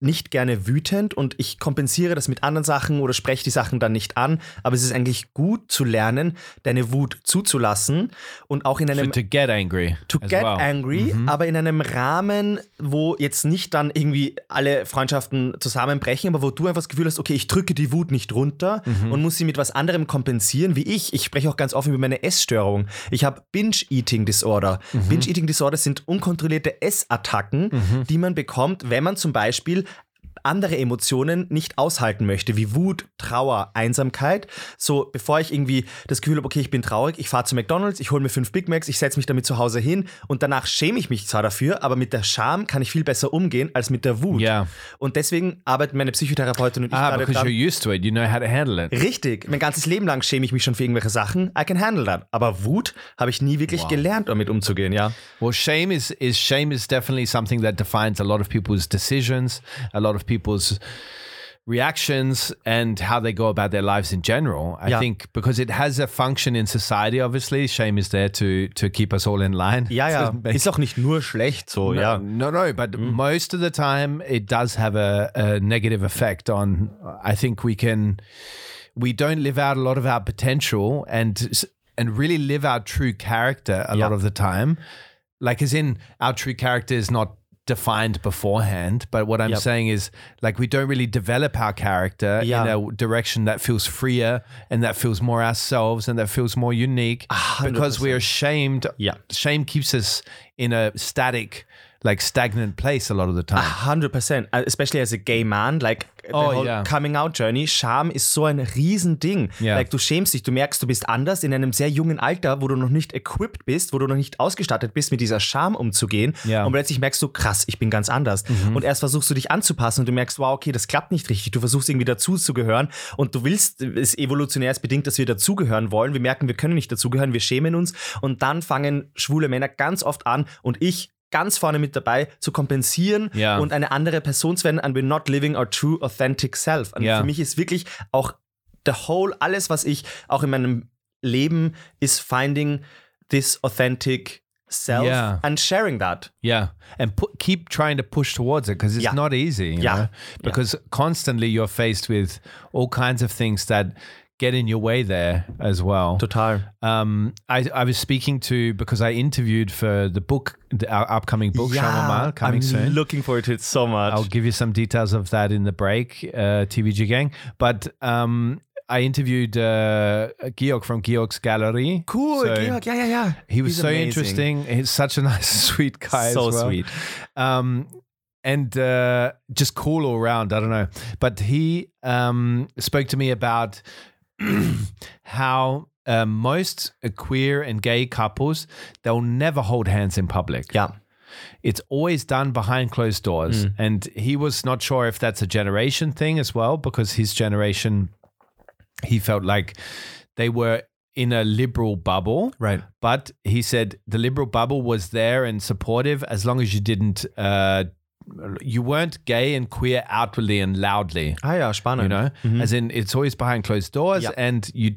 nicht gerne wütend und ich kompensiere das mit anderen Sachen oder spreche die Sachen dann nicht an, aber es ist eigentlich gut zu lernen, deine Wut zuzulassen und auch in So einem to get angry. To as get well. Mm-hmm. Mhm. angry, aber in einem Rahmen, wo jetzt nicht dann irgendwie alle Freundschaften zusammenbrechen, aber wo du einfach das Gefühl hast, okay, ich drücke die Wut nicht runter Mhm. und muss sie mit was anderem kompensieren, wie ich. Ich spreche auch ganz offen über meine Essstörung. Ich habe Binge-Eating-Disorder. Mhm. Binge-Eating-Disorder sind unkontrollierte Essattacken, die man bekommt, wenn man zum Beispiel andere Emotionen nicht aushalten möchte, wie Wut, Trauer, Einsamkeit. So, bevor ich irgendwie das Gefühl habe, okay, ich bin traurig, ich fahre zu McDonalds, ich hole mir fünf Big Macs, ich setze mich damit zu Hause hin und danach schäme ich mich zwar dafür, aber mit der Scham kann ich viel besser umgehen als mit der Wut. Ja. Und deswegen arbeiten meine Psychotherapeutin und ich Ah, gerade because dran. you're used to it. You know how to handle it. Richtig, mein ganzes Leben lang schäme ich mich schon für irgendwelche Sachen. I can handle that. Aber Wut habe ich nie wirklich gelernt, damit umzugehen, ja. Well, shame is is shame is definitely something that defines a lot of people's decisions, a lot of people's reactions, and how they go about their lives in general. I Yeah. think because it has a function in society. Obviously, shame is there to to keep us all in line. *laughs* Ja, To ja. make- Ist auch nicht nur schlecht so, no, ja. no, no, but Mm. most of the time it does have a, a negative effect on. I think we can, we don't live out a lot of our potential and and really live our true character a lot Yeah. of the time. Like, as in, our true character is not defined beforehand. But what I'm Yep. saying is, like, we don't really develop our character Yeah. in a direction that feels freer and that feels more ourselves and that feels more unique because we are shamed Yeah. shame keeps us in a Ah. static, like stagnant place a lot of the time. 100%, uh, especially as a gay man, like the Oh, whole yeah. coming out journey, Scham ist so ein Riesending. Yeah. Like du schämst dich, du merkst, du bist anders in einem sehr jungen Alter, wo du noch nicht equipped bist, wo du noch nicht ausgestattet bist, mit dieser Scham umzugehen. Ja. Und plötzlich merkst du, krass, ich bin ganz anders. Mhm. Und erst versuchst du dich anzupassen und du merkst, wow, okay, das klappt nicht richtig. Du versuchst irgendwie dazuzugehören und du willst, äh, es ist evolutionär ist bedingt, dass wir dazugehören wollen. Wir merken, wir können nicht dazugehören, wir schämen uns. Und dann fangen schwule Männer ganz oft an und ich ganz vorne mit dabei zu kompensieren Ja. und eine andere Person zu werden, and we're not living our true authentic self. Und Ja. für mich ist wirklich auch the whole, alles, was ich auch in meinem Leben ist finding this authentic self Ja. and sharing that. Yeah, and pu- keep trying to push towards it because it's Yeah. not easy. You Yeah. know? because constantly you're faced with all kinds of things that get in your way there as well. Total. Um, I, I was speaking to because I interviewed for the book, the, our upcoming book, Shamamal, coming I'm soon. looking forward to it so much. I'll give you some details of that in the break, uh, TVG gang. But um, I interviewed uh, Georg from Georg's Gallery. cool, So Georg, ja, ja, ja. He was He's so amazing. interesting. He's such a *laughs* nice, sweet guy. So as well. sweet. Um, and uh, just cool all around. I don't know. But he um, spoke to me about *clears throat* how uh, most queer and gay couples, they'll never hold hands in public Ja, it's always done behind closed doors. Mm. And he was not sure if that's a generation thing as well, because his generation, he felt like they were in a liberal bubble. Right. But he said the liberal bubble was there and supportive as long as you didn't, uh, you weren't gay and queer outwardly and loudly. ah ja, spannend. You know, as in it's always behind closed doors, Yeah. and you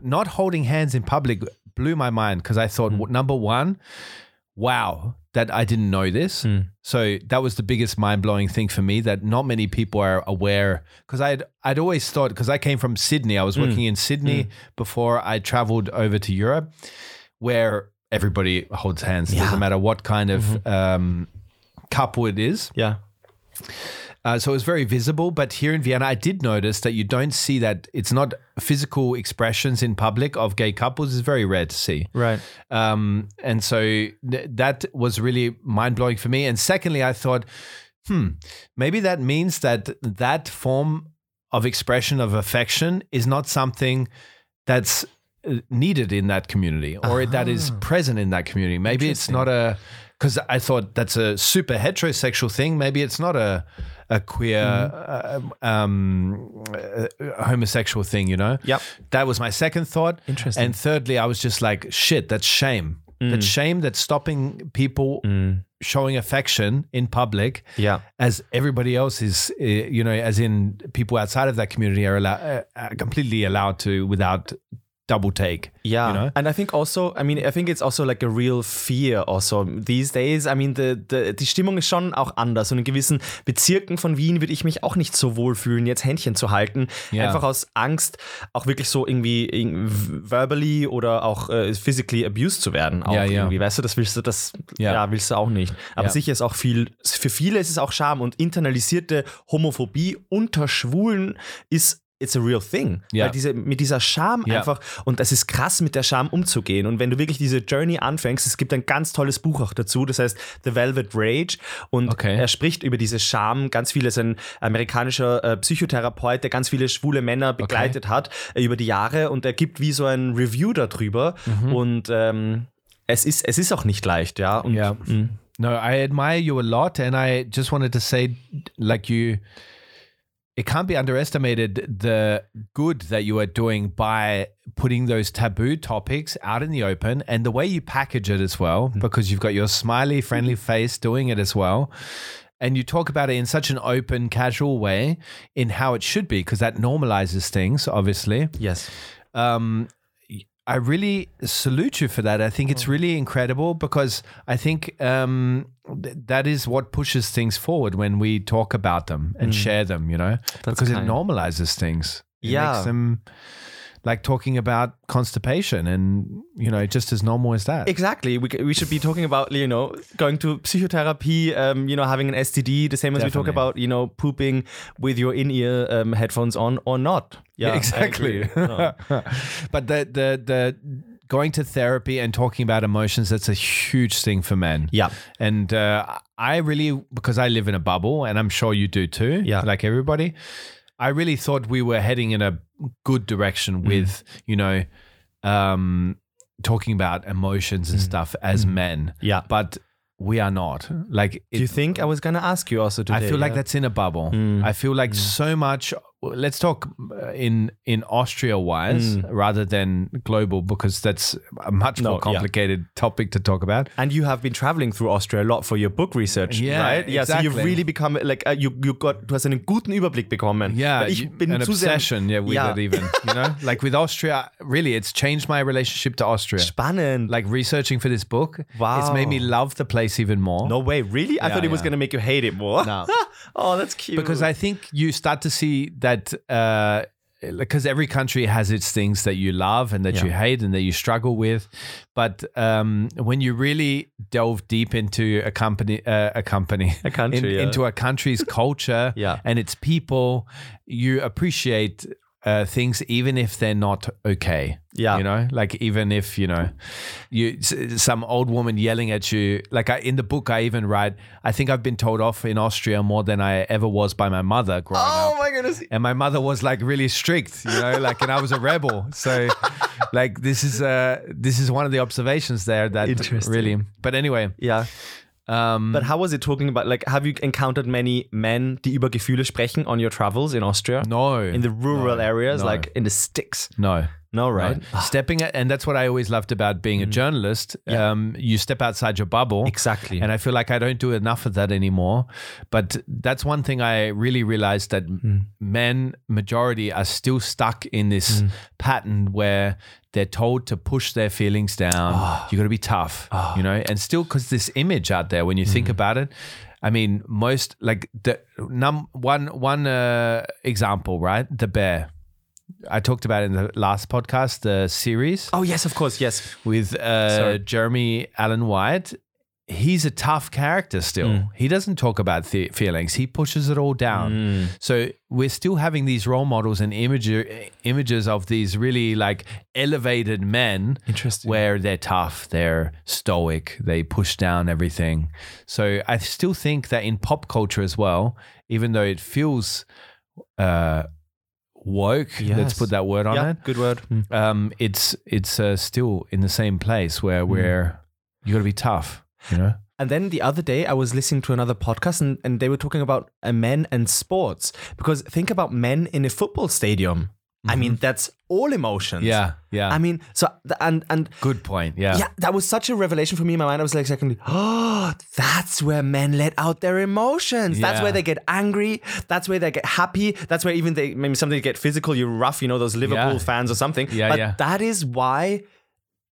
not holding hands in public blew my mind because I thought Mm. w number one, wow, that I didn't know this. Mm. So that was the biggest mind blowing thing for me that not many people are aware because I'd I'd always thought because I came from Sydney, I Mm. was working in Sydney before I traveled over to Europe, where everybody holds hands. It doesn't matter what kind of Mm-hmm. um, couple it is. Ja. Uh, so it was very visible. But here in Vienna, I did notice that you don't see that. It's not physical expressions in public of gay couples. It's very rare to see. Right. Um, and so th- that was really mind blowing for me. And secondly, I thought, hmm, maybe that means that that form of expression of affection is not something that's uh, needed in that community or that is present in that community. Maybe it's not a, because I thought that's a super heterosexual thing. Maybe it's not a, a queer uh, um, uh, homosexual thing, you know? Yep. That was my second thought. Interesting. And thirdly, I was just like, shit, that's shame. That's shame that's stopping people showing affection in public. Ja. As everybody else is, uh, you know, as in people outside of that community are allowed, uh, are completely allowed to without double take. Yeah. You know? And I think also, I mean, I think it's also like a real fear also these days. I mean, the, the, die Stimmung ist schon auch anders und in gewissen Bezirken von Wien würde ich mich auch nicht so wohl fühlen, jetzt Händchen zu halten. Ja. Einfach aus Angst, auch wirklich so irgendwie in- verbally oder auch äh, physically abused zu werden. Auch Ja, ja. irgendwie, weißt du, das willst du, das Ja. ja. willst du auch nicht. Aber Ja. sicher ist auch viel, für viele ist es auch Scham und internalisierte Homophobie unter Schwulen ist, it's a real thing. Ja. Weil diese, mit dieser Scham Ja. einfach und es ist krass, mit der Scham umzugehen. Und wenn du wirklich diese Journey anfängst, es gibt ein ganz tolles Buch auch dazu, das heißt The Velvet Rage. Und Okay. er spricht über diese Scham ganz viel. Er ist ein amerikanischer äh, Psychotherapeut, der ganz viele schwule Männer begleitet hat äh, über die Jahre. Und er gibt wie so ein Review darüber. Mhm. Und ähm, es, ist, es ist auch nicht leicht, ja. Und Yeah. No, I admire you a lot, and I just wanted to say, like you, it can't be underestimated the good that you are doing by putting those taboo topics out in the open, and the way you package it as well, because you've got your smiley, friendly face doing it as well. And you talk about it in such an open, casual way in how it should be, because that normalizes things, obviously. Yes. um, I really salute you for that. I think Oh. it's really incredible because I think um, th- that is what pushes things forward when we talk about them and share them, you know, because Mm. kind. it normalizes things. It Yeah. Makes them like talking about constipation and, you know, just as normal as that. Exactly. We, we should be talking about, you know, going to psychotherapy, um, you know, having an STD, the same as we Definitely. talk about, you know, pooping with your in ear um, *laughs* *laughs* headphones on or not. Yeah, I agree. exactly. but the the the going to therapy and talking about emotions, that's a huge thing for men. Yeah. And uh, I really, because I live in a bubble, and I'm sure you do too, Yeah. like everybody, I really thought we were heading in a good Mm. direction with, you know, um, talking about emotions Mm. and stuff as men. Yeah. But we are not. Like, Do you think I was gonna ask you also today? I feel like yeah? that's in a bubble. Mm. I feel like so much. Let's talk uh, in in Austria wise rather than global because that's a much Mm. No, more yeah. complicated topic to talk about. And you have been traveling through Austria a lot for your book research, Yeah, right? Ja, so you've exactly. really become like uh, you, you got, du hast einen guten Überblick bekommen. Yeah, Weil ich you- bin an zu sehr- obsession. Yeah, with Ja. it even. *laughs* You know, like with Austria, really, it's changed my relationship to Austria. Spannend. Like researching for this book, it's made me Wow. love the place even more. no way, really? I Yeah, thought it was yeah. gonna make you hate it more. No. *laughs* *laughs* oh, that's cute. because I think you start to see that because every country has its things that you love and that you hate and that you struggle with, but um, when you really delve deep into a company, uh, a company, *laughs* A country, yeah. into a country's culture *laughs* Yeah. and its people, you appreciate. Uh, things even if they're not okay Yeah. you know like even if you know you s- some old woman yelling at you like I, in the book i even write i think i've been told off in austria more than i ever was by my mother growing oh up my goodness. and my mother was like really strict you know like and i was a rebel so *laughs* like this is uh this is one of the observations there that Interesting. really but anyway Ja. um But how was it talking about? Like, have you encountered many men, die über Gefühle sprechen on your travels in Austria? no In the rural areas, no. like in the sticks? no No, right? Mm. Right. Stepping, and that's what I always loved about being a journalist. Um, you step outside your bubble. Exactly. And I feel like I don't do enough of that anymore. But that's one thing I really realized that men, majority, are still stuck in this pattern where they're told to push their feelings down. You got to be tough, you know, and still because this image out there, when you think about it, I mean, most like the num one one uh, example, right? The bear. I talked about in the last podcast the series Oh, yes, of course, yes. with uh, Sorry. Jeremy Allen White. He's a tough character still. Mm. He doesn't talk about the feelings. He pushes it all Um, down. So we're still having these role models and image- uh, images of these really like elevated men Interesting. where they're tough, they're stoic, they push down everything. So I still think that in pop culture as well, even though it feels uh, woke, let's Yes. put that word on yeah, it, good word. um, it's it's uh, still in the same place where Mm. we're you got to be tough, you know. And then the other day, I was listening to another podcast and, and they were talking about uh, men and sports. Because think about men in a football stadium. I mean, that's all emotions. Mm-hmm. Yeah, yeah. I mean, so, th- and, and, Good point. Yeah, yeah, that was such a revelation for me in my mind. I was like, secondly, *gasps* oh, that's where men let out their emotions. That's Yeah. where they get angry. That's where they get happy. That's where even they maybe sometimes they get physical. You're rough, you know, those Liverpool Yeah. fans or something. Yeah, but yeah. that is why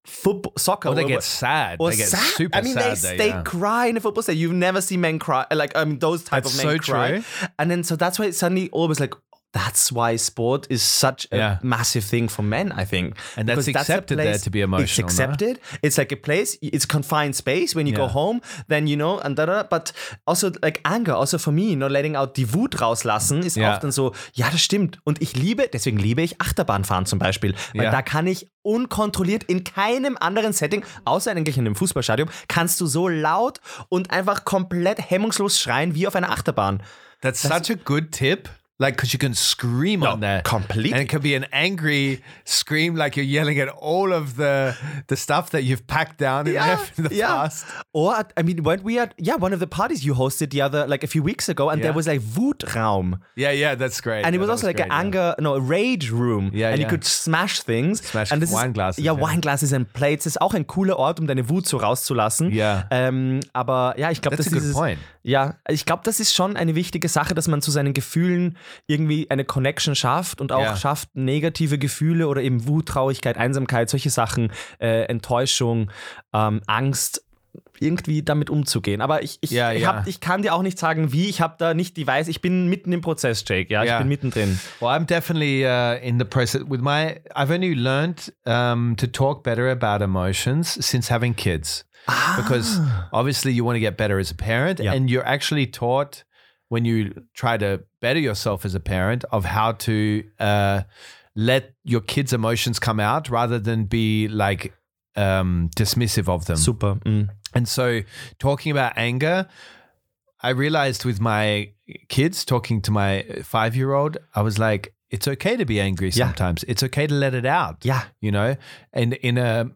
football, soccer, Or they or- get sad. or they get sad. super I mean, sad. they, there, they yeah. cry in a football stadium. You've never seen men cry. Like, I mean, those type That's of men so cry. And then, so that's why it's suddenly always like, that's why sport is such a Yeah. massive thing for men, I think. And that's Because a accepted there to be It's emotional, no? accepted. It's like a place, it's confined space. When you go Yeah. home, then, you know, and da, da, da. But also, like, anger, also for me, you know, letting out die Wut rauslassen ist Ja. oft dann so, ja, das stimmt. Und ich liebe, deswegen liebe ich Achterbahnfahren zum Beispiel. Weil Ja. da kann ich unkontrolliert in keinem anderen Setting, außer eigentlich in einem Fußballstadion, kannst du so laut und einfach komplett hemmungslos schreien wie auf einer Achterbahn. That's, such a good tip. Like, because you can scream on there completely. and it can be an angry scream, like you're yelling at all of the the stuff that you've packed down and *laughs* left in the past. Or at- I mean, weren't we at yeah one of the parties you hosted the other like a few weeks ago, and Yeah. there was like Wutraum, Yeah, yeah, that's great. and it Yeah, was also that like great, an yeah. anger no a rage room, Ja, and ja. you could smash things, Smash and Wineglasses, Ist, ja, ja. Wineglasses and plates ist auch ein cooler Ort, um deine Wut so rauszulassen. Ja. Ähm, aber ja, ich glaube, That's das a good ist point. ja, ich glaube, das ist schon eine wichtige Sache, dass man zu seinen Gefühlen irgendwie eine Connection schafft und auch Ja. schafft, negative Gefühle oder eben Wut, Traurigkeit, Einsamkeit, solche Sachen, äh, Enttäuschung, ähm, Angst, irgendwie damit umzugehen. Aber ich, ich, Ja, ich, ja. Hab, ich kann dir auch nicht sagen, wie. Ich habe da nicht die Weiß. Ich bin mitten im Prozess, Jake. Ja, Ja. ich bin mittendrin. Well, I'm definitely uh, in the process with my. I've only learned um, to talk better about emotions since having kids, because obviously you want to get better as a parent, Yeah. and you're actually taught when you try to better yourself as a parent of how to uh, let your kids' emotions come out rather than be like um, dismissive of them. Super. mm. And so, talking about anger, I realized with my kids, talking to my five year old, I was like, it's okay to be angry Yeah. sometimes. It's okay to let it out. Yeah. You know, and in a,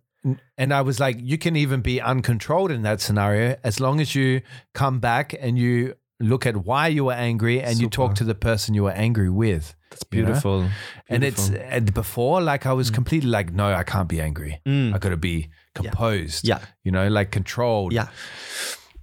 and I was like, you can even be uncontrolled in that scenario as long as you come back and you look at why you were angry and you Super. talk to the person you were angry with. That's you know? beautiful. And it's Beautiful. and before, like I was completely like, no, I can't be angry. Mm. I got to be composed. Yeah. You know, like controlled. Yeah.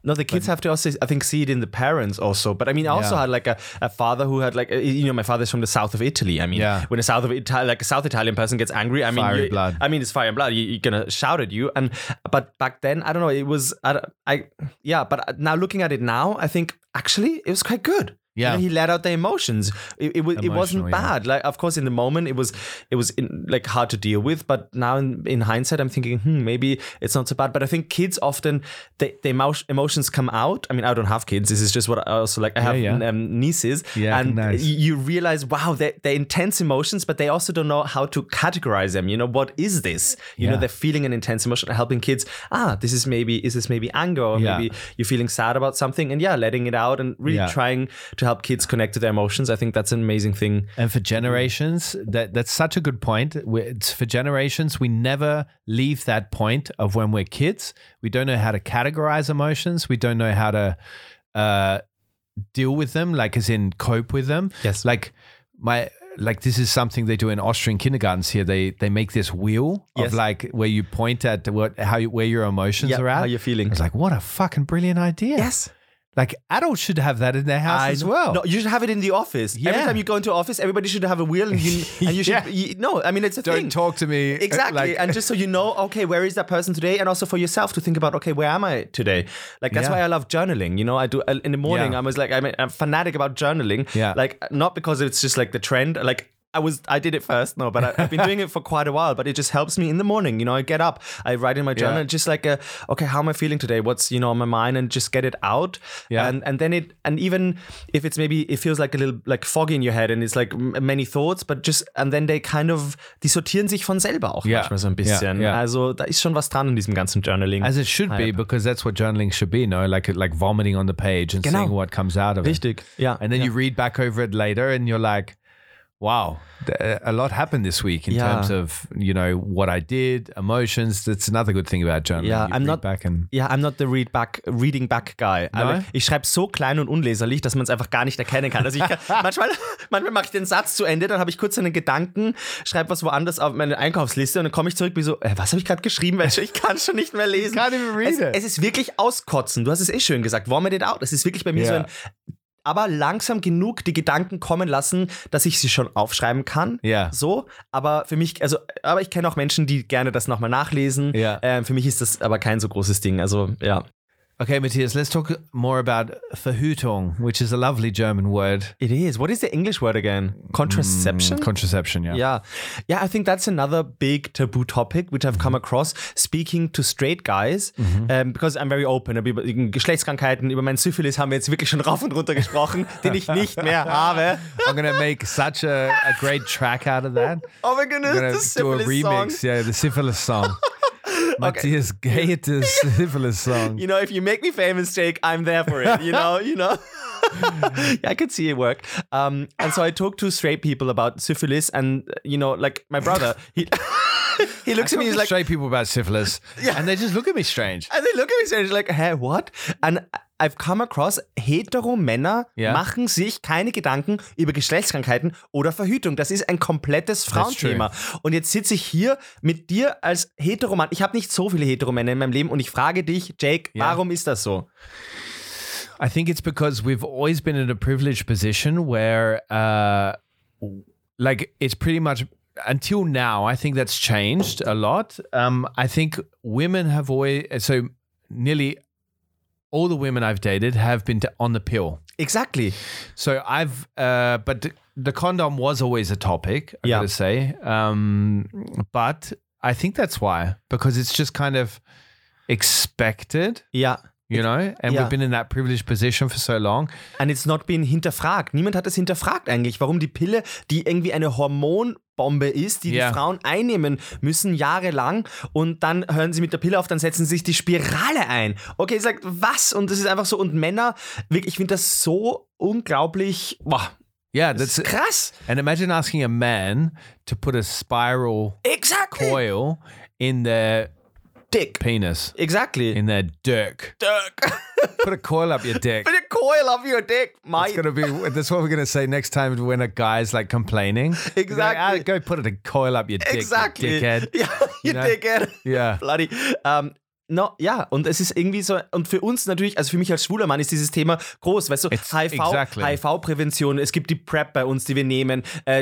No, the kids have to also, I think, see it in the parents also. But I mean, I also Yeah. had like a, a father who had like, uh, you know, my father's from the south of Italy. I mean, Yeah. when a south of Italy, like a South Italian person gets angry, I mean, Fire and you- blood. I mean, it's fire and blood. You, you're gonna shout at you. And but back then, I don't know. It was, I, don't- I yeah. But now looking at it now, I think actually it was quite good. Yeah. You know, he let out the emotions. It, it, wa- it wasn't Emotional, yeah. bad. Like, of course, in the moment, it was it was in, like hard to deal with. But now, in, in hindsight, I'm thinking, hmm, maybe it's not so bad. But I think kids often they, they emo- emotions come out. I mean, I don't have kids. This is just what I also like. I have Yeah, yeah. Um, nieces, Yeah, and nice. y- you realize, wow, they're, they're intense emotions, but they also don't know how to categorize them. You know, what is this? You know, Yeah. they're feeling an intense emotion, helping kids. Ah, this is maybe is this maybe anger, or Yeah. maybe you're feeling sad about something, and yeah, letting it out and really Yeah. trying to help kids connect to their emotions. I think that's an amazing thing. And for generations, that that's such a good point. We- It's for generations, we never leave that point of when we're kids. We don't know how to categorize emotions. We don't know how to uh, deal with them, like as in cope with them. Yes. Like my like this is something they do in Austrian kindergartens here. They they make this wheel Yes. of like where you point at what how you, where your emotions Yeah, are at. how you're feeling. It's like what a fucking brilliant idea. Yes. Like adults should have that in their house as know. well. No, you should have it in the office. Every Yeah. time you go into office, everybody should have a wheel, and *laughs* you, and you should. Yeah. You, no, I mean it's a don't thing. talk to me uh, Exactly. like- and just so you know, okay, where is that person today? And also for yourself to think about, okay, where am I today? Like, that's Yeah. why I love journaling. You know, I do uh, in the morning, Yeah. I was like, I'm a fanatic about journaling. Yeah. Like, not because it's just like the trend. Like, I was, I did it first, no, but I, I've been doing it for quite a while, but it just helps me in the morning. You know, I get up, I write in my journal, *laughs* Yeah. just like, a, okay, how am I feeling today? What's, you know, on my mind and just get it out. Yeah. And, and then it, and even if it's maybe, it feels like a little, like foggy in your head and it's like m- many thoughts, but just, and then they kind of, die sortieren sich von selber auch Ja. manchmal so ein Ja, bisschen. ja. Also, Also da ist schon was dran in diesem ganzen Journaling. As it should be, Hype. because that's what journaling should be, no? Like like vomiting on the page and Genau. seeing what comes out of it. Richtig, ja. And then you read back over it later and you're like, wow, th- a lot happened this week in Yeah. terms of, you know, what I did, emotions. That's another good thing about journaling. Yeah, You I'm read not- back and Ja, I'm not the read back, reading back guy. No? Aber ich schreibe so klein und unleserlich, dass man es einfach gar nicht erkennen kann. Also ich *laughs* kann, manchmal, manchmal mache ich den Satz zu Ende, dann habe ich kurz einen Gedanken, schreibe was woanders auf meine Einkaufsliste und dann komme ich zurück wie so, äh, was habe ich gerade geschrieben? Mensch, ich kann schon nicht mehr lesen. Can't even read es, it. es ist wirklich auskotzen. Du hast es eh schön gesagt. Vomit it out. Es ist wirklich bei mir Ja. so ein, aber langsam genug die Gedanken kommen lassen, dass ich sie schon aufschreiben kann. Ja. So, aber für mich, also, aber ich kenne auch Menschen, die gerne das nochmal nachlesen. Ja. Ähm, für mich ist das aber kein so großes Ding. Also, ja. Okay, Matthias, let's talk more about Verhütung, which is a lovely German word. Mm, It is. What is the English word again? Mm, Contraception? Contraception, yeah. yeah. Yeah, I think that's another big taboo topic which I've come across speaking to straight guys ähm, because I'm very open. Über Geschlechtskrankheiten, über meinen Syphilis haben wir jetzt wirklich schon rauf und runter gesprochen, den *laughs* ich nicht mehr habe. I'm going to make such a, a great track out of that. *laughs* Oh my goodness, We're the gonna do a Syphilis song. remix, yeah, the syphilis song. *laughs* Matthias Gaeter's syphilis song. you know, if you make me famous, Jake, I'm there for it. You know, you know. *laughs* yeah, I could see it work. Um, and so I talked to straight people about syphilis, and uh, you know, like my brother, he *laughs* he looks at me, Talk he's to like, straight people *laughs* about syphilis, and they just look at me strange. and they look at me strange, like, hä, what? And I've come across, hetero Männer Ja. machen sich keine Gedanken über Geschlechtskrankheiten oder Verhütung. Das ist ein komplettes Frauenthema. Und jetzt sitze ich hier mit dir als hetero Mann. Ich habe nicht so viele hetero Männer in meinem Leben und ich frage dich, Jake, Ja. warum ist das so? I think it's because we've always been in a privileged position where, uh, like, it's pretty much until now. I think that's changed a lot. Um, I think women have always so nearly all the women I've dated have been t- on the pill. Exactly. So I've, uh, but th- the condom was always a topic, I Yeah. gotta say. Um, but I think that's why, because it's just kind of expected Ja. you know? And Yeah. we've been in that privileged position for so long. And it's not been hinterfragt. Niemand hat es hinterfragt eigentlich, warum die Pille, die irgendwie eine Hormonbombe ist, die Ja. die Frauen einnehmen müssen jahrelang und dann hören sie mit der Pille auf, dann setzen sie sich die Spirale ein. Okay, ich sag, was? Und das ist einfach so. Und Männer, wirklich, ich finde das so unglaublich, boah, Yeah, das that's ist krass. and imagine asking a man to put a spiral Exactly. coil in their Dick. penis, Exactly. in their dick. Dick. Put a coil up *laughs* your dick. Put a coil up your dick, mate. It's gonna be. That's what we're gonna say next time when a guy's like complaining. Exactly. Exactly. go put a coil up your dick, you exactly. *laughs* dickhead. Ja, you You know? dickhead. *laughs* Yeah. Bloody. Ähm, no, ja, und es ist irgendwie so, und für uns natürlich, also für mich als schwuler Mann ist dieses Thema groß, weißt du, It's- HIV, exactly. HIV-Prävention, es gibt die PrEP bei uns, die wir nehmen, äh,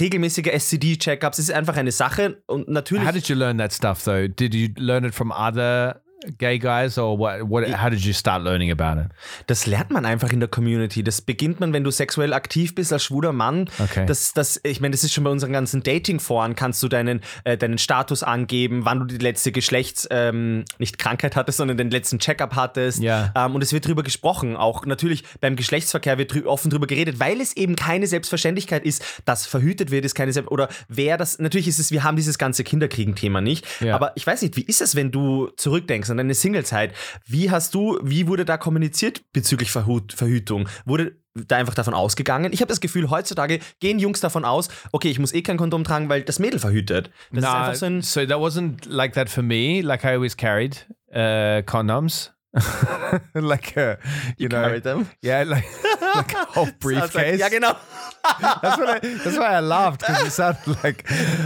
regelmäßige STD-Checkups, es ist einfach eine Sache und natürlich How did you learn that stuff though? Did you learn it from other gay guys or what? What? How did you start learning about it? Das lernt man einfach in der Community. Das beginnt man, wenn du sexuell aktiv bist als schwuler Mann. Okay. Das, das, ich meine, das ist schon bei unseren ganzen Dating-Foren, kannst du deinen, äh, deinen Status angeben, wann du die letzte Geschlechts-, ähm, nicht Krankheit hattest, sondern den letzten Check-up hattest. Ja. Ähm, und es wird drüber gesprochen. Auch natürlich beim Geschlechtsverkehr wird drü offen drüber geredet, weil es eben keine Selbstverständlichkeit ist, dass verhütet wird, ist keine Selbst Oder wer das, natürlich ist es, wir haben dieses ganze Kinderkriegen-Thema nicht. Ja. Aber ich weiß nicht, wie ist es, wenn du zurückdenkst an deine Singlezeit? Wie hast du, wie wurde da kommuniziert bezüglich Verhut, Verhütung? Wurde da einfach davon ausgegangen? Ich habe das Gefühl, heutzutage gehen Jungs davon aus, okay, ich muss eh kein Kondom tragen, weil das Mädel verhütet. Das ist Nah, einfach so ein. so that wasn't like that for me. Like I always carried uh, condoms. *laughs* like uh, you, know, carried them? yeah, like, like a whole *laughs* briefcase. Ja, genau. *laughs* that's, what I, that's why I laughed because it sounded *laughs* like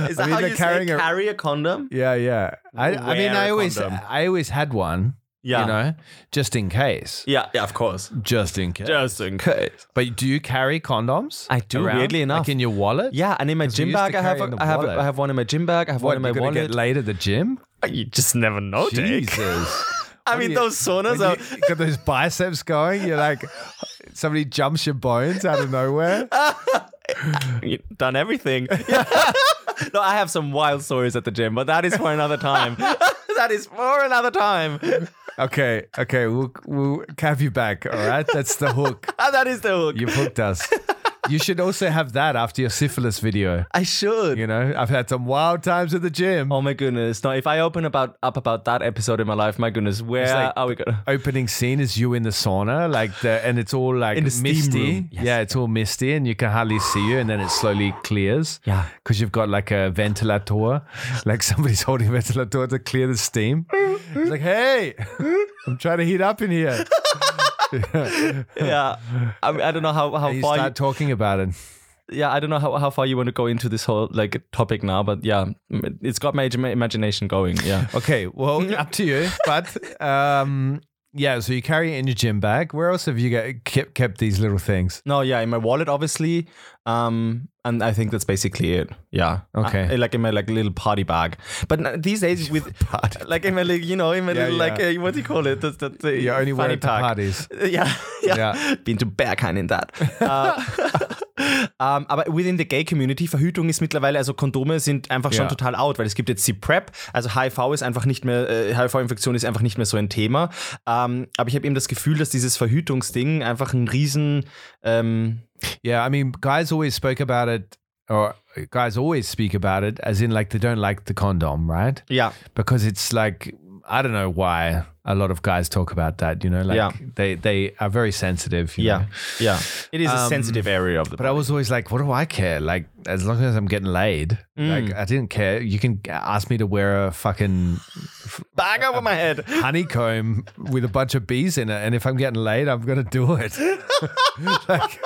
Is that I mean, how they're you carrying say a- carry a condom? Yeah, yeah. I, I mean, Wear I a always, condom. I always had one. Yeah. You know, just in case. Ja, ja, of course. Just in case. Just in case. But do you carry condoms? I do, around? weirdly enough. Like in your wallet? Yeah, and in my we gym used to bag, I have, carry in a, the I, have, wallet. I have one in my gym bag, I have What, one in my you're gonna wallet. Oh, get laid at the gym? you just never know, Jesus. *laughs* I What mean, do you- those saunas When are. you got those biceps going. You're like, somebody jumps your bones out *laughs* of nowhere. you done everything. *laughs* no, I have some wild stories at the gym, but that is for another *laughs* time. that is for another time. Okay, okay, we'll we'll have you back. All right, that's the hook. Ah, that is the hook. You've hooked us. You should also have that after your syphilis video. I should. You know, I've had some wild times at the gym. Oh my goodness! No, if I open about up about that episode in my life, my goodness, where like- are we gonna? Opening scene is you in the sauna, like the, and it's all like In the steam misty. room, yes. Yeah, it's all misty, and you can hardly see you, and then it slowly clears. Yeah. because you've got like a ventilator, *laughs* like somebody's holding a ventilator to clear the steam. It's like, hey, *laughs* I'm trying to heat up in *laughs* here. Yeah, *laughs* I, mean, I don't know how how And you far. start talking about it. you, yeah, I don't know how, how far you want to go into this whole like topic now, but yeah, it's got my im- imagination going. Yeah. Okay, *laughs* well, up to you. But um, yeah, so you carry it in your gym bag. Where else have you got, kept kept these little things? *laughs* No, yeah, in my wallet, obviously, um, and I think that's basically it. Yeah. Okay. I- like in my like little party bag, but n- these *laughs* days with Party like in my like, you know in my Yeah, little, like yeah. uh, what do you call it? That's that the You only wear funny it to pack. parties. Yeah, yeah, Yeah. Been to Berghain in *laughs* that. Uh, ähm, aber within the gay community, Verhütung ist mittlerweile, also Kondome sind einfach schon Ja. total out, weil es gibt jetzt die PrEP, also HIV ist einfach nicht mehr, äh, HIV-Infektion ist einfach nicht mehr so ein Thema. Ähm, aber ich habe eben das Gefühl, dass dieses Verhütungsding einfach ein riesen, ähm, Yeah, I mean, guys always spoke about it, or guys always speak about it, as in like they don't like the condom, right? ja, because it's like I don't know why a lot of guys talk about that. You know, like Yeah. they they are very sensitive. You ja, know? ja. It is a Ähm, sensitive area of the But I was always like, what do I care? Like, as long as I'm getting laid, like I didn't care. You can ask me to wear a fucking bag over my head. honeycomb with a bunch of bees in it, and if I'm getting laid, I'm gonna do it. *laughs* like,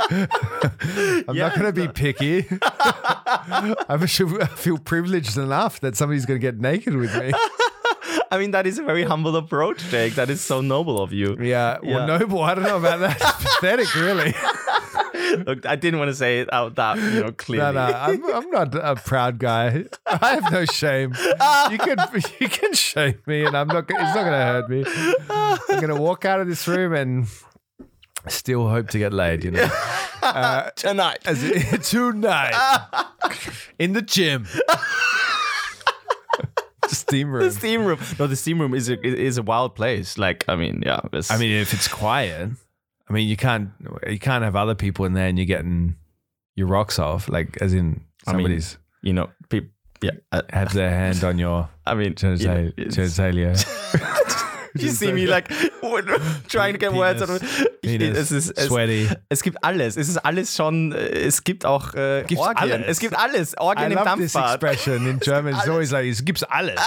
I'm Yeah, not gonna be picky. *laughs* I'm sure I feel privileged enough that somebody's gonna get naked with me. I mean, that is a very humble approach, Jake. That is so noble of you. Yeah, Yeah. well, noble. I don't know about that. It's pathetic, really. Look, I didn't want to say it out that you know, clearly. No, no, I'm, I'm not a proud guy. I have no shame. You can you can shame me, and I'm not. go- It's not going to hurt me. I'm going to walk out of this room and still hope to get laid. You know, Tonight. As in- tonight in the gym. Just steam room. The steam room. No, the steam room is a, is a wild place. Like, I mean, yeah. it's- I mean, if it's quiet, I mean, you can't you can't have other people in there and you're getting your rocks off, like as in I mean- somebody's you know, people. Yeah, I, had their hand *laughs* on your I mean, you know, genitalia. it's- *laughs* genitalia. you see me like *laughs* trying to get words out of Penis, es ist es, *laughs* sweaty. es gibt alles. Es ist alles schon. äh, Es gibt auch äh, Gibt's Orgien. alles? Es gibt alles. Orgien I im love this Dampfbad. expression *laughs* in German. It's always like, it gives alles.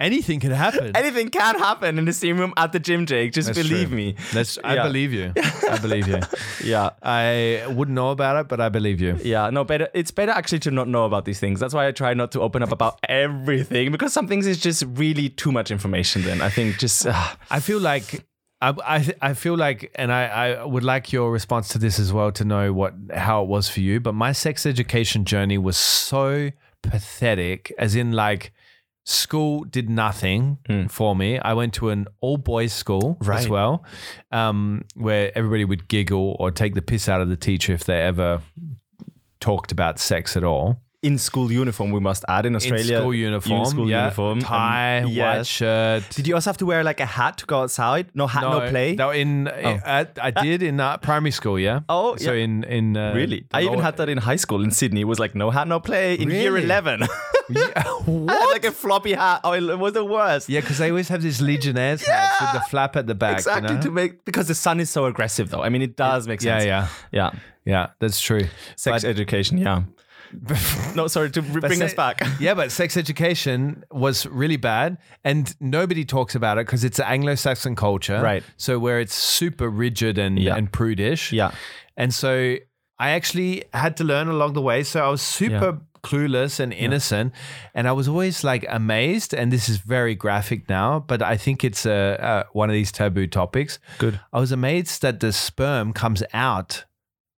Anything can happen. Anything can happen in the steam room at the gym, Jake. Just That's believe true. me. That's, I Yeah. believe you. *laughs* I believe you. Yeah. I wouldn't know about it, but I believe you. Yeah, no, better. It's better actually to not know about these things. That's why I try not to open up about everything because some things is just really too much information. Then I think just uh, I feel like I I, I feel like, and I, I would like your response to this as well to know what how it was for you. But my sex education journey was so pathetic, as in like school did nothing for me. I went to an all boys school as Hmm. Right. well, um, where everybody would giggle or take the piss out of the teacher if they ever talked about sex at all. in school uniform. We must add in Australia in school uniform, in school yeah, uniform, tie, Um, white yes. shirt. Did you also have to wear like a hat to go outside? No hat, Uh, no, play. No, in I, I did in uh, primary school. Yeah. Oh, so yeah. in in uh, Really? the I even lower- had that in high school in Sydney. It was like no hat, no play in year *laughs* Really? 11. *laughs* Yeah, I what? had like a floppy hat. Oh, it was the worst. Yeah, because they always have these Legionnaires hats with the flap at the back. exactly. You know? To make because the sun is so aggressive, though. I mean, it does make yeah, sense. yeah, yeah. yeah. That's true. Sex education. *laughs* Yeah. no, sorry to br- But bring se- us *laughs* back. yeah, but sex education was really bad, and nobody talks about it because it's Anglo-Saxon culture, Right. So where it's super rigid and Yeah. and prudish, Yeah. And so I actually had to learn along the way. So I was super clueless and innocent. And I was always like amazed. And this is very graphic now, but I think it's a, a, one of these taboo topics. Good. I was amazed that the sperm comes out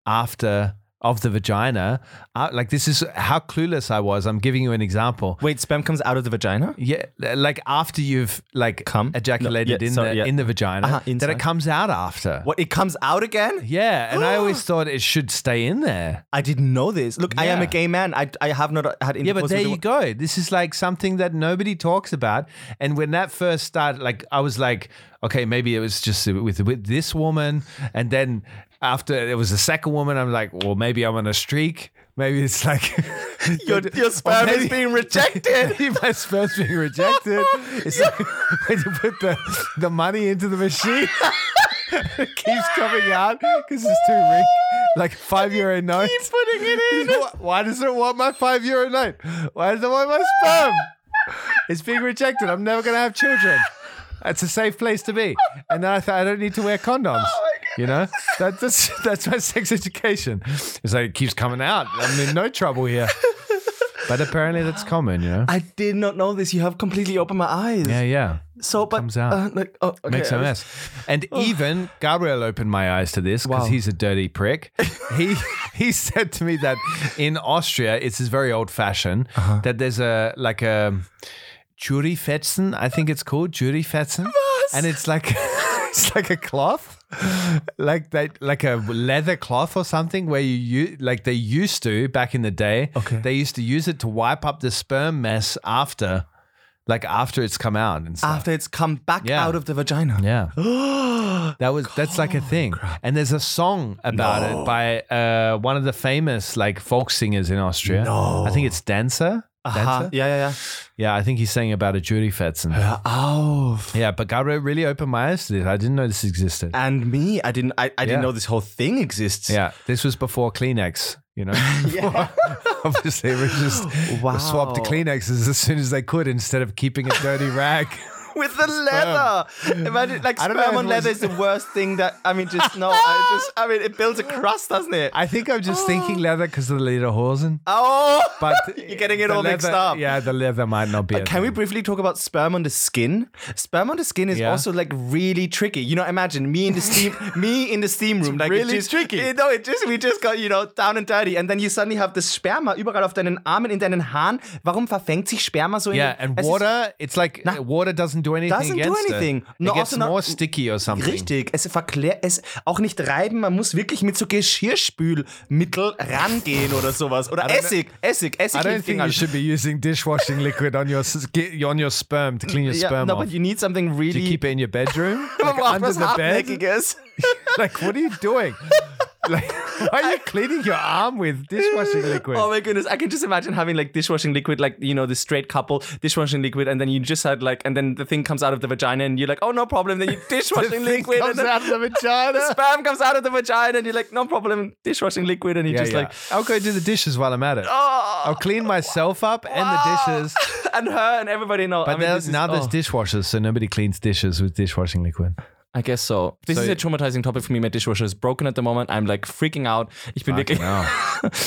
after of the vagina. Uh, like, this is how clueless I was. I'm giving you an example. Wait, sperm comes out of the vagina? Yeah, like after you've like Come? No, ejaculated yeah, in, sorry, the, yeah. in the vagina, Uh-huh, that it inside. comes out after. What? It comes out again? Yeah, and *gasps* I always thought it should stay in there. I didn't know this. Look, I am Yeah. a gay man. I, I have not had intercourse Yeah, but there with a you wo- go. This is like something that nobody talks about. And when that first started, like I was like, okay, maybe it was just with with this woman, and then after it was the second woman, I'm like, well, maybe I'm on a streak. Maybe it's like *laughs* Your, your sperm maybe- is being rejected. Maybe my sperm's being rejected. It's like *laughs* when you put the, the money into the machine, *laughs* it keeps coming out because it's too weak. Like five euro note. Keep putting it *laughs* in. Why does it want my five euro note? Why does it want my sperm? It's being rejected. I'm never going to have children. It's a safe place to be. And then I thought I don't need to wear condoms. you know, that, that's that's my sex education. It's like it keeps coming out. I'm in no trouble here. But apparently that's common, you know. *laughs* I did not know this. You have completely opened my eyes. Yeah, yeah. so, but comes out. Uh, like, oh, okay, Makes I a was- mess. *laughs* And even Gabriel opened my eyes to this because Wow. he's a dirty *laughs* prick. he he said to me that in Austria, it's this very old fashioned Uh-huh. that there's a like a Jurifetzen, I think it's called Jurifetzen. And it's like *laughs* it's like a cloth. Like that like a leather cloth or something where you u- like they used to back in the day. Okay. They used to use it to wipe up the sperm mess after like after it's come out and stuff. After it's come back Yeah. out of the vagina. Yeah. *gasps* that was that's like a thing. And there's a song about it by uh, one of the famous like folk singers in Austria. I think it's Dancer. Aha. Dancer? Yeah, yeah, Yeah, I think he's sang about a Judy Fetzen. yeah. Oh. Yeah, but Gabriel really opened my eyes to this. I didn't know this existed. And me, I didn't. I, I Yeah. didn't know this whole thing exists. Yeah, this was before Kleenex, you *laughs* know? Obviously, we just Wow. swapped to Kleenexes as soon as they could instead of keeping a dirty rag. *laughs* with the leather. Imagine like I don't sperm know if on it leather was- is the worst thing that I mean. Just no, I just I mean it builds a crust, doesn't it? *laughs* I think I'm just *gasps* thinking leather because of the *laughs* lederhosen. oh, But you're getting it the all mixed leather- up. Yeah, the leather might not be. a Can we thing. briefly talk about sperm on the skin? Sperm on the skin is Yeah. also like really tricky. You know, imagine me in the *laughs* steam, me in the steam room, like it really just, tricky. You know, it just we just got you know down and dirty, and then you suddenly have the Sperma überall auf deinen Armen, in deinen Haaren. Warum verfängt sich Sperma so? Yeah, in and Es ist- water, it's like water doesn't doesn't do anything Doesn't do against anything. it. No, it gets also not- more sticky or something. Richtig, es verklärt, es auch nicht reiben, man muss wirklich mit so Geschirrspülmittel rangehen oder sowas. Oder Essig, Essig, halt. Essig I don't hilft gegen think you alles. should be using dishwashing liquid on your s- *laughs* ge- on your sperm to clean your Yeah, sperm no, off. but you need something Do you really. *laughs* keep it in your bedroom? man Like, braucht under was the bed? Hartnäckiges. *laughs* Like what are you doing? *laughs* Like why are you cleaning your arm with dishwashing *laughs* liquid? Oh my goodness, I can just imagine having like dishwashing liquid, like you know, the straight couple dishwashing liquid, and then you just had like, and then the thing comes out of the vagina, and you're like, oh no problem. *laughs* Then you The dishwashing thing liquid, and *laughs* comes then out of the vagina. the sperm comes out of the vagina, and you're like, no problem, dishwashing liquid, and you *laughs* Yeah, just yeah. like, Oh. I'll go do the dishes while I'm at it. I'll clean myself up and the *laughs* dishes. and her and everybody know. I But mean, there- this is- now there's oh. dishwashers, so nobody cleans dishes with dishwashing liquid. I guess so. This So- is a traumatizing topic for me. My dishwasher is broken at the moment. I'm like freaking out. Ich bin wirklich.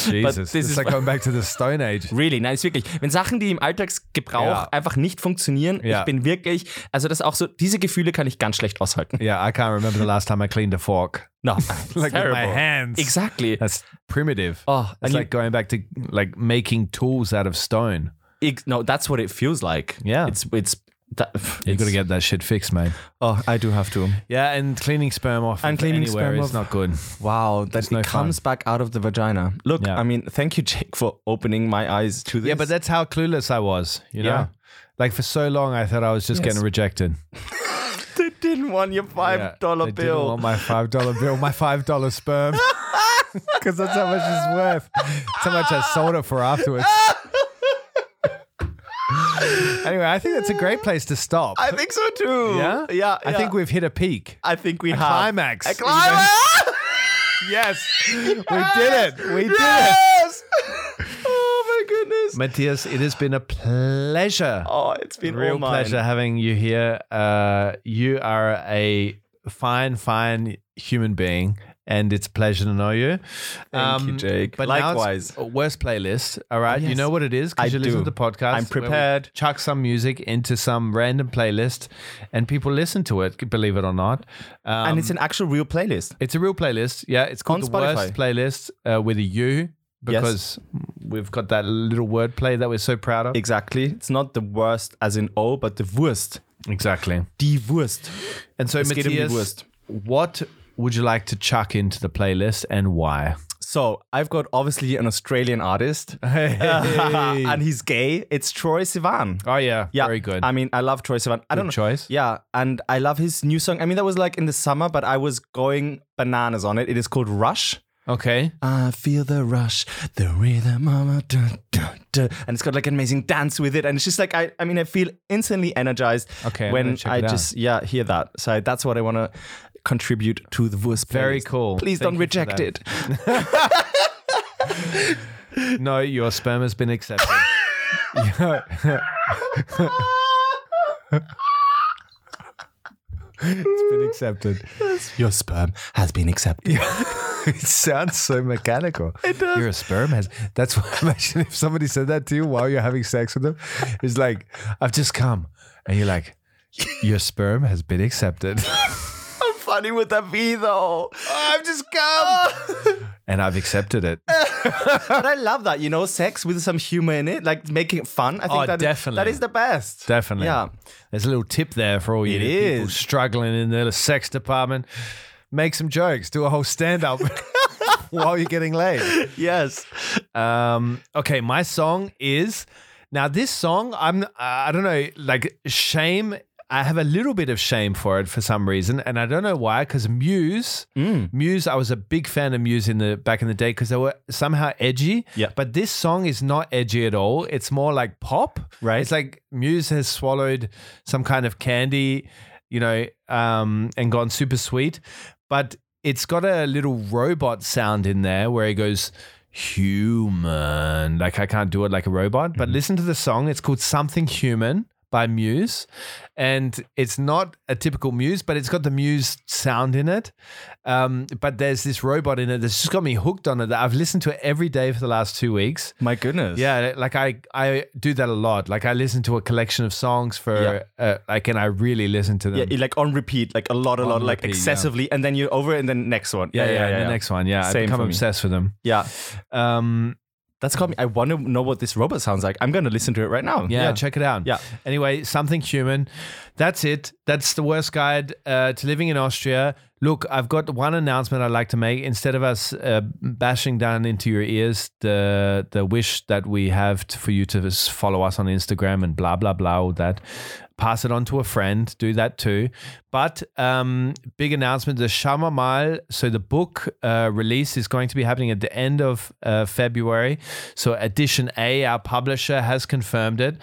Jesus, this this is- is like going back to the Stone Age. *laughs* Really, nein, ist wirklich. Wenn Sachen, die im Alltagsgebrauch Ja. einfach nicht funktionieren, Ja. ich bin wirklich, also das auch so, diese Gefühle kann ich ganz schlecht aushalten. Yeah, I can't remember the last time I cleaned a fork. *laughs* No, Like terrible. with my hands. Exactly. That's primitive. Oh, and it's you- like going back to like making tools out of stone. Ex- no, that's what it feels like. Yeah. it's it's. That, *sighs* You got to it's- get that shit fixed, man. Oh, I do have to. Yeah, and cleaning sperm off And of cleaning anywhere sperm is off- not *laughs* good. Wow, that It's it no fun. comes back out of the vagina. Look, Yeah. I mean, thank you, Jake, for opening my eyes to this. Yeah, but that's how clueless I was. You know, Yeah. like for so long I thought I was just Yes. getting rejected. they didn't want your five dollar I didn't bill. want my five dollar bill, my five dollar *laughs* sperm, because that's how much it's worth. That's how much I sold it for afterwards. anyway, I think that's a great place to stop. I think so too. yeah, yeah. I yeah. think we've hit *laughs* a peak. I think we have climax. A climax. *laughs* Yes, we did it. We did it. Yes. *laughs* oh my goodness. Matthias, it has been a pleasure. Oh, it's been Real all mine. pleasure having you here. Uh, you are a fine, fine human being, and it's a pleasure to know you. Um, Thank you, Jake. But Likewise. now it's worst playlist. All right, you yes. know what it is I because you listen do. to the I'm podcast. where we prepared. Chuck some music into some random playlist, and people listen to it. Believe it or not, um, and it's an actual real playlist. it's a real playlist. Yeah, it's called On the worst playlist uh, with a U because we've got that little wordplay that we're so proud of. Exactly. It's not the worst as in O, but the Wurst. Exactly. Die Wurst. And so, Es geht um die Matthias, Wurst. what would you like to chuck into the playlist and why? So I've got obviously an Australian *laughs* artist. and he's gay. It's Troy Sivan. oh yeah, Yeah, very good. I mean, I love Troy Sivan. I don't know. choice. Yeah, and I love his new song. I mean, that was like in the summer, but I was going bananas on it. It is called Rush. Okay. I feel the rush, the rhythm of a dun, dun, dun. and it's got like an amazing dance with it, and it's just like I, I mean, I feel instantly energized Okay, I'm gonna when check I it out. just yeah hear that. So that's what I want to contribute to the Wurst. Very playlist. cool. Please Thank don't you for reject that. it. No, your sperm has been *laughs* accepted. it's been accepted. Your sperm has been *laughs* accepted. It sounds so mechanical. It does. You're a sperm has. That's why *laughs* imagine if somebody said that to you while you're having sex with them. It's like, I've just come. And you're like, your sperm has been accepted. *laughs* How funny would that be, though? I've just come. and I've accepted it. *laughs* but I love that, you know, sex with some humor in it, like making it fun. I think Oh, that is- definitely. that is the best. Definitely. Yeah. There's a little tip there for all you It people is. struggling in the sex department. Make some jokes. Do a whole *laughs* stand up *laughs* while you're getting laid. Yes. Um, okay, my song is now this song. I'm I don't know, like shame. I have a little bit of shame for it for some reason, and I don't know why. Because Muse, Mm. Muse, I was a big fan of Muse in the back in the day because they were somehow edgy. Yeah. But this song is not edgy at all. It's more like pop. Right. It's like Muse has swallowed some kind of candy, you know, um, and gone super sweet. But it's got a little robot sound in there where he goes, human. Like I can't do it like a robot. Mm-hmm. But listen to the song. It's called Something Human by Muse. And it's not a typical Muse, but it's got the Muse sound in it. Um, but there's this robot in it that's just got me hooked on it that I've listened to it every day for the last two weeks. My goodness. Yeah, like I I do that a lot. Like I listen to a collection of songs for uh, like, and I really listen to them. Yeah, like on repeat, like a lot, a lot, like repeat, yeah. excessively, and then you're over, it and then next one. yeah, yeah, and the next one, yeah, I Same become for me. obsessed with them. Yeah, Um, That's called me. I want to know what this robot sounds like. I'm going to listen to it right now. Yeah, check it out. Yeah. Anyway, something human. That's it. That's the worst guide uh, to living in Austria. Look, I've got one announcement I'd like to make. Instead of us uh, bashing down into your ears the the wish that we have t- for you to just follow us on Instagram and blah blah blah all that, pass it on to a friend. Do that too. But um, big announcement: the Shama Mal. So the book uh, release is going to be happening at the end of uh, February. So edition A, our publisher has confirmed it.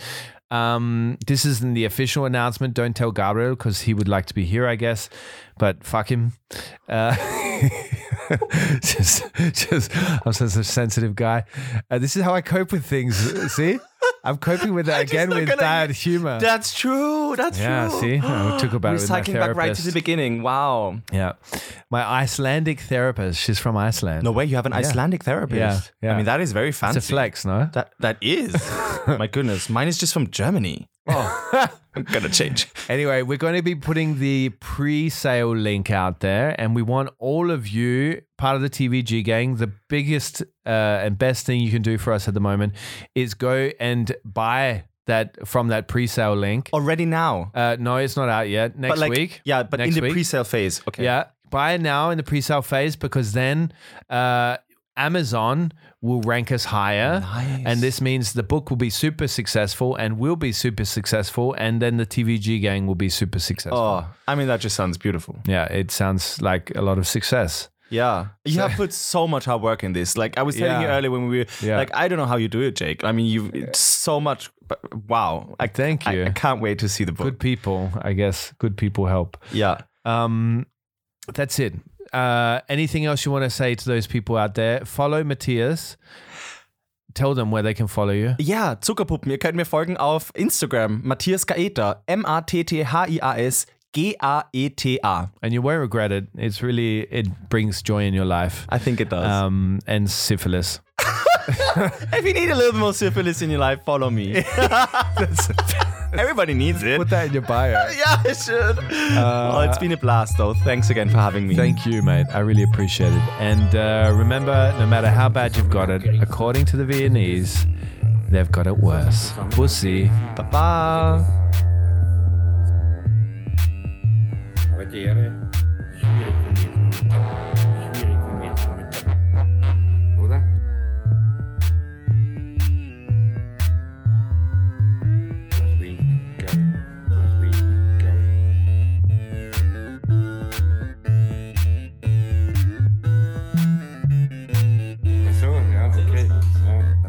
Um, this isn't the official announcement. Don't tell Gabriel because he would like to be here, I guess. But fuck him. Uh, *laughs* just, just, I'm such a sensitive guy. Uh, this is how I cope with things. See, I'm *laughs* coping with that just again not with gonna- bad humor. That's true. That's yeah, true. see, I *gasps* took about it We're with my cycling back right to therapist. the beginning. Wow. Yeah, my Icelandic therapist. She's from Iceland. No way. You have an Icelandic therapist. Yeah, yeah. I mean, that is very fancy. it's a *laughs* flex, no? That that is. My goodness. Mine is just from Germany. I'm gonna change. *laughs* Anyway, we're going to be putting the pre-sale link out there, and we want all of you part of the TVG gang. The biggest uh, and best thing you can do for us at the moment is go and buy that from that pre-sale link. Already now. Uh, no, it's not out yet. Next Oh. but like, week, Yeah, but Next in the week. pre-sale phase. Okay. yeah, buy it now in the pre-sale phase because then uh, Amazon will rank us higher. Nice. And this means the book will be super successful and will be super successful. And then the TVG gang will be super successful. Oh, I mean that just sounds beautiful. Yeah, it sounds like a lot of success. Yeah. You have put so much hard work in this. Like I was telling you Yeah. earlier when we were Yeah. Uh, like I don't know how you do it, Jake. I mean you it's so much but wow. I, Thank I- you. I, can't wait to see the book. Good people, I guess. Good people help. Yeah. Um, that's it. Uh, anything else you want to say to those people out there? Follow Matthias. Tell them where they can follow you. Ja, Zuckerpuppen, ihr könnt mir folgen auf Instagram, Matthias Gaeta, M-A-T-T-H-I-A-S E G-A-E-T-A. And you won't regret it. It's really, it brings joy in your life. I think it does. Um, and syphilis. if you need a little bit more syphilis in your life, follow *laughs* me. Everybody needs it. that in your bio. Yeah, I should. well, it's been a blast, though. Thanks again for having me. *laughs* Thank you, mate. I really appreciate it. And uh, remember, no matter how bad you've got it, according to the Viennese, they've got it worse. Pussy. Bye. Потеря. Швирик умеет. Швирик умеет. Ну да? Разбейка. Разбейка. Ach so, ja, okay. Ja.